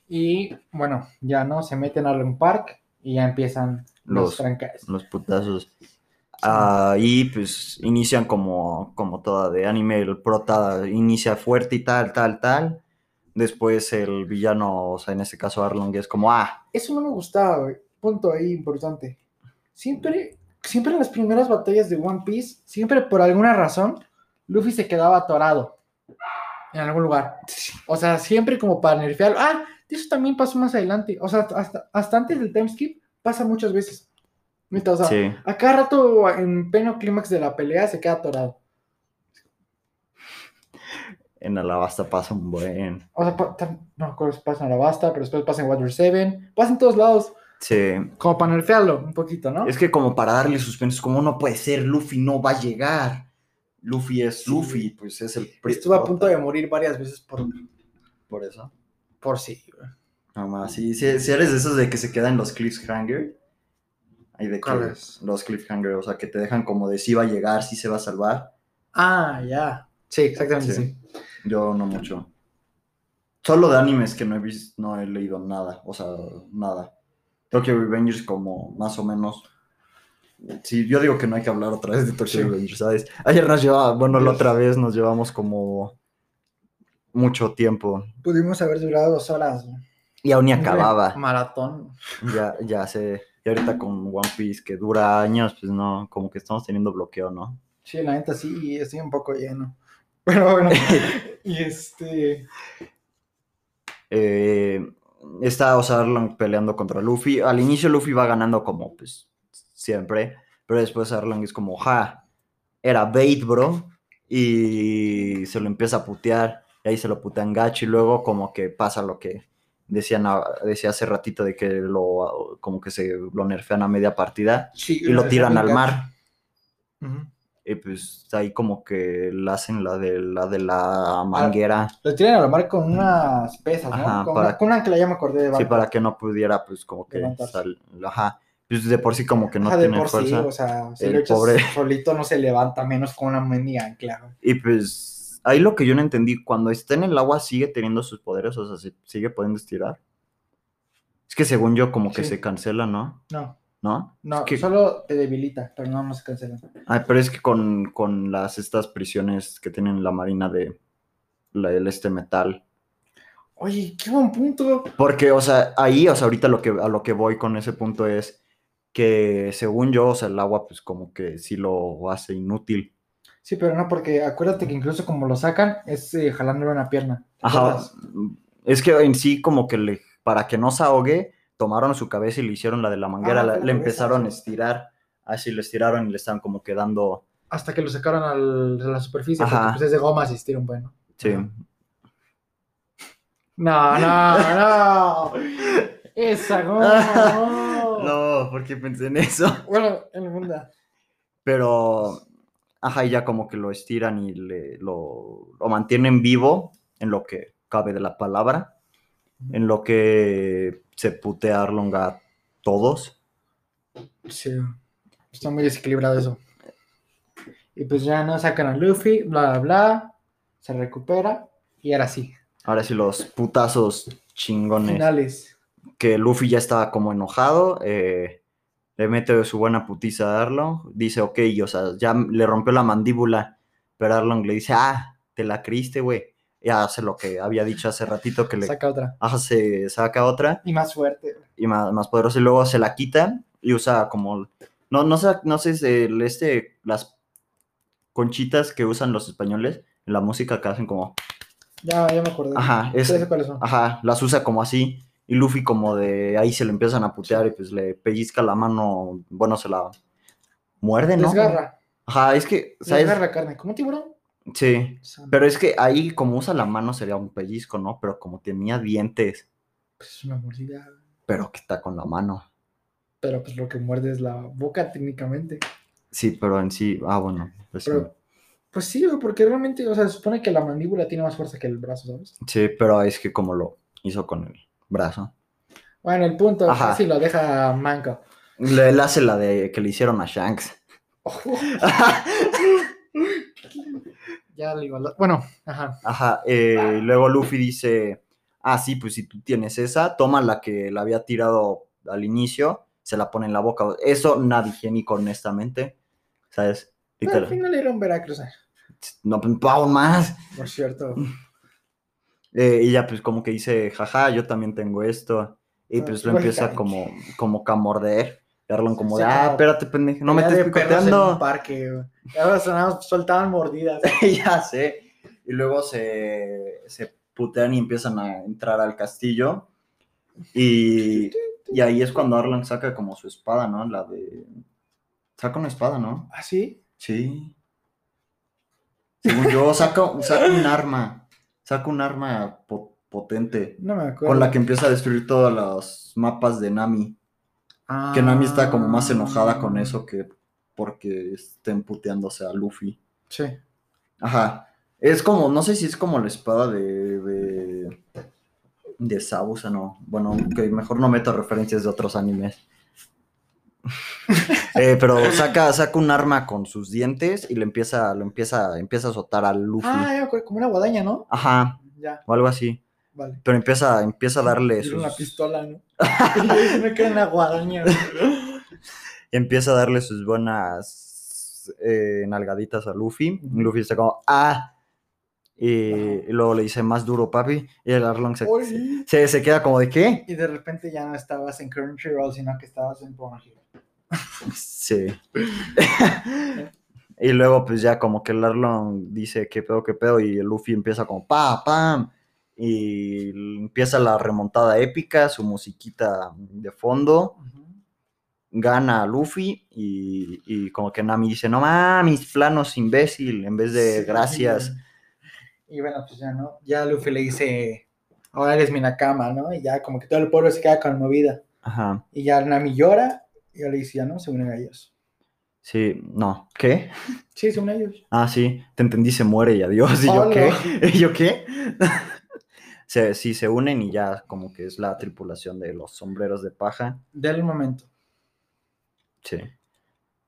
Y bueno, ya no se meten a un park y ya empiezan los,
Los-
trancas.
Los putazos. Ahí pues inician como, como toda de anime, el prota inicia fuerte y tal, tal, tal. Después el villano, o sea, en este caso Arlong, es como, ah,
Eso no me gustaba, güey. Punto ahí importante. Siempre, siempre en las primeras batallas de One Piece, siempre por alguna razón, Luffy se quedaba atorado en algún lugar. O sea, siempre como para nerfearlo. Ah, eso también pasó más adelante. O sea, hasta, hasta antes del time skip pasa muchas veces. Neta, o sea,
sí,
A cada rato en pleno clímax de la pelea se queda atorado.
en Alabasta pasa un buen.
O sea, pa- tam- no me acuerdo si pasa en Alabasta, pero después pasa en Water 7, pasa en todos lados,
Sí,
como para nerfearlo un poquito, ¿no?
es que como para darle suspenso, como no puede ser, Luffy no va a llegar. Luffy es
Sí.
Luffy, pues es el...
Estuve a punto de
prota.
morir varias veces por,
Por eso.
por sí. güey.
No más, sí, si, eres de esos de que se quedan los cliffhanger. Hay de que
¿Cuáles?
los cliffhanger, o sea, que te dejan como de si va a llegar, si se va a salvar.
Ah, ya. Sí, exactamente,
Sí.
sí.
Yo no mucho. Solo de animes que no he visto, no he leído nada, o sea, nada. Tokyo Revengers como más o menos. Sí, yo digo que no hay que hablar otra vez de Tokyo
Sí.
Revengers, ¿sabes? Ayer nos llevaba, bueno, la
Dios.
otra vez nos llevamos como mucho tiempo
Pudimos haber durado dos horas. ¿no?
y aún ni acababa.
Maratón.
Ya, ya sé. Y ahorita con One Piece que dura años, pues no, como que estamos teniendo bloqueo, ¿no?
Sí, la neta sí, y estoy un poco lleno. Pero bueno. y este.
eh, está Arlan peleando contra Luffy. Al inicio Luffy va ganando como pues siempre, pero después Arlan es como, ja, era bait, bro, y se lo empieza a putear, y ahí se lo putean gacho, y luego como que pasa lo que decían a- decía hace ratito de que lo como que se lo nerfean a media partida
Sí,
y lo tiran al mar.
Ujú.
Y pues ahí como que la hacen la de la de
Ah,
la manguera.
Lo tiran al mar con unas pesas, ¿no?
Ajá,
con,
para-
una, con una ancla, ya me acordé de
Sí,
barco.
para que no pudiera, pues, como que
Levantarse.
sal- Ajá. Pues de por sí como que no
Ajá, de
tiene
por sí, pues.
fuerza.
o sea, si
El
lo echas
pobre-
solito no se levanta, menos con una mendiga ancla. güey.
Y pues ahí lo que yo no entendí, cuando está en el agua sigue teniendo sus poderes, o sea, ¿sí- sigue pudiendo estirar. Es que según yo como que
Sí.
se cancela, ¿no?
No,
¿No?
no,
Es que-
solo te debilita, pero no, no se cancela.
Ay, pero es que con, con las estas prisiones que tienen la marina de la, el este metal.
Oye, qué buen punto.
Porque, o sea, ahí, o sea, ahorita lo que, a lo que voy con ese punto es que según yo, o sea, el agua pues como que sí lo hace inútil.
Sí, pero no, porque acuérdate que incluso como lo sacan, es eh, jalándole una pierna. ¿te
Ajá.
acuerdas?
Es que en sí, como que le, para que no se ahogue, tomaron su cabeza y le hicieron la de la manguera,
Ah,
la-
fue la
le
cabeza,
empezaron a
sí.
estirar. Así lo estiraron y le están como quedando.
Hasta que lo sacaron al- a la superficie,
Ajá.
porque pues es de goma asistir un bueno.
Sí.
Ajá. No, no, no. Esa goma, no.
No, porque pensé en eso.
Bueno, en la funda.
Pero. Ajá, y ya como que lo estiran y le, lo, lo mantienen vivo, en lo que cabe de la palabra, en lo que se putea Arlong a todos.
Sí. Está muy desequilibrado eso. Y pues ya no sacan a Luffy, bla, bla, bla. Se recupera. Y ahora sí.
Ahora sí, los putazos chingones.
Finales.
que Luffy ya estaba como enojado, eh, le mete su buena putiza a Arlong, dice, ok, o sea, ya m- le rompió la mandíbula, pero Arlong le dice, ah, te la creíste, güey. Ya hace lo que había dicho hace ratito, que le
Saca otra.
ajá, se saca otra
Y más fuerte.
y más, más poderosa, y luego se la quita y usa como, no, no sé, no sé, es el- este, las conchitas que usan los españoles en la música que hacen como,
Ya, ya me acordé.
Ajá, Ah, es-
Ya sé cuáles son.
Ajá, las usa como así. Y Luffy como de ahí se le empiezan a putear y pues le pellizca la mano, bueno, se la muerde, ¿no?
Desgarra.
Ajá, es que, ¿sabes?
Desgarra la carne. ¿Cómo tiburón?
Sí,
Sano.
pero es que ahí como usa la mano sería un pellizco, ¿no? Pero como tenía dientes,
Pues es una mordida.
pero que está con la mano.
Pero pues lo que muerde es la boca técnicamente.
Sí, pero en sí, ah, bueno, pues sí.
Pero, pues sí, güey, porque realmente, o sea, se supone que la mandíbula tiene más fuerza que el brazo, ¿sabes?
Sí, pero es que como lo hizo con el brazo.
Bueno, el punto
Ajá.
es si lo deja manco.
Le, le hace la de que le hicieron a Shanks.
ya la igualdad. Bueno, ajá.
Ajá, eh, y luego Luffy dice, ah, sí, pues si tú tienes esa, toma la que la había tirado al inicio, se la pone en la boca. Eso nada higiénico, honestamente, ¿sabes?
Pero al
Literal.
final era un Veracruz, eh,
No, pues, pa' aún más.
por cierto.
Eh, y ya pues como que dice, jaja, yo también tengo esto. Y
Ah,
pues lo empieza como,
lógicamente.
como que a morder. Y Arlon como de,
Sí,
ah,
como
espérate, pendejo, no me
Pelea
estés
de perros En un
picoteando.
parque, güey. Y Ahora sonaban- soltaban mordidas.
ya sé. Y luego se, se putean y empiezan a entrar al castillo. Y, y ahí es cuando Arlan saca como su espada, ¿no? La de. Saca una espada, ¿no?
¿Ah, sí?
Sí. Según yo, saca, saca un arma. Saca un arma po- potente.
No me acuerdo.
Con la que empieza a destruir todos los mapas de Nami.
Ah.
Que Nami está como más enojada con eso que porque estén puteándose a Luffy.
Sí.
Ajá. Es como, no sé si es como la espada de. de, de Sabusa, no. Bueno, que mejor no meto referencias de otros animes. Eh, pero saca, saca un arma con sus dientes y le empieza, lo empieza, empieza a azotar al Luffy.
Ah, ya me acuerdo, como una guadaña, ¿no?
Ajá,
Ya,
o algo así.
vale.
Pero empieza, empieza a darle
Era
sus,
una pistola, ¿no? Yo me quedé en la guadaña.
empieza a darle sus buenas eh, nalgaditas a Luffy. Y Luffy está como, ah. Y,
Ajá.
y luego le dice más duro, papi. Y el Arlong se,
Oye.
se, se queda como de qué.
Y de repente ya no estabas en Crunchyroll, sino que estabas en Pornhub.
Sí. y luego, pues ya como que el Arlong dice qué pedo, qué pedo. Y el Luffy empieza como pa, pam. Y empieza la remontada épica, su musiquita de fondo.
Ujú.
Gana a Luffy y, y como que Nami dice, no mames, planos imbécil, en vez de
Sí.
gracias.
Y bueno, pues ya no. Ya Luffy le dice, ahora eres mi Nakama, ¿no? Y ya como que todo el pueblo se queda conmovida.
Ajá.
Y ya Nami llora y ya le dice, ya no, se unen a ellos.
Sí, no. ¿Qué?
Sí, se unen a ellos.
Ah, sí, te entendí, se muere y adiós. ¿Y yo
Hola.
qué? ¿Y yo qué? se, sí, se unen y ya como que es la tripulación de los sombreros de paja.
Del momento.
Sí,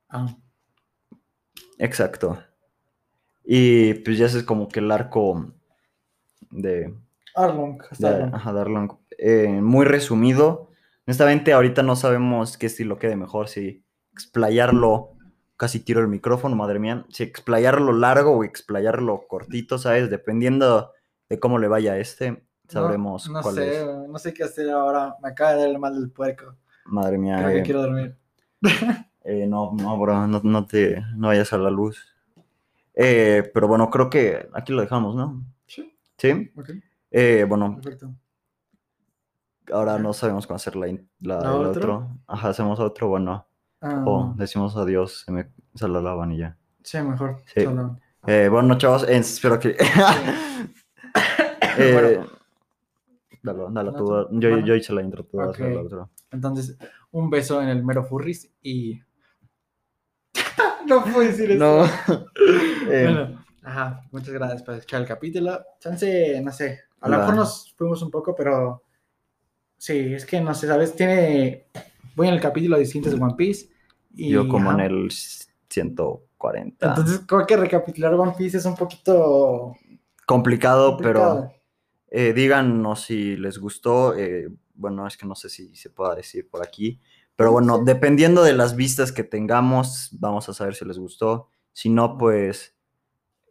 Ah.
exacto. Y pues ya ese es como que el arco de,
Arlong,
de
hasta Arlong.
ajá, de Arlong. Eh, muy resumido. Honestamente, ahorita no sabemos qué estilo quede mejor, si explayarlo, casi tiro el micrófono, madre mía, si explayarlo largo o explayarlo cortito, ¿sabes? Dependiendo de cómo le vaya a este, sabremos
no, no
cuál
sé,
es.
no sé qué hacer ahora. Me acaba de dar el mal del puerco.
Madre mía,
Creo que
eh,
quiero dormir.
eh, no, no, bro, no, no te no vayas a la luz. Eh, pero bueno, creo que aquí lo dejamos, ¿no?
Sí,
Sí.
ok,
Eh, bueno,
perfecto.
ahora no sabemos cómo hacer la, in- la-
¿La
el
otra?
otro. Ajá, hacemos otro, bueno.
Ah,
O decimos adiós, se me salió la vanilla.
Sí, mejor.
Sí.
solo.
Eh, bueno, chavos, eh, espero que. Eh,
Bueno.
Dalo, dalo
No,
tú.
tú.
Yo,
Bueno.
yo hice la intro, tú vas a hacer la
Ok.
otra.
Entonces, un beso en el mero furris y. no puedo decir eso.
No. Eh,
Bueno, ajá, muchas gracias por escuchar el capítulo. Chance, no sé, a lo
Va.
mejor nos fuimos un poco, pero sí, es que no sé, ¿sabes? Tiene. Voy en el capítulo distinto de One Piece. Y,
yo como ah. en
ajá.
el 140.
Entonces, creo que recapitular One Piece es un poquito.
complicado, pero
complicado.
eh, díganos si les gustó. eh, bueno, es que no sé si se pueda decir por aquí. Pero bueno,
Sí.
dependiendo de las vistas que tengamos, vamos a saber si les gustó. Si no, pues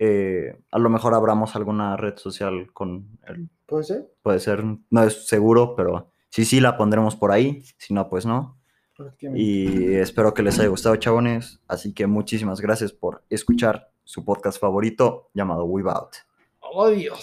eh, a lo mejor abramos alguna red social con el
¿Puede ser?
puede ser, no es seguro, pero sí, sí, la pondremos por ahí, si no, pues no.
Efectivamente.
Y espero que les haya gustado, chabones. Así que muchísimas gracias por escuchar su podcast favorito llamado Weave Out.
¡Oh, Dios!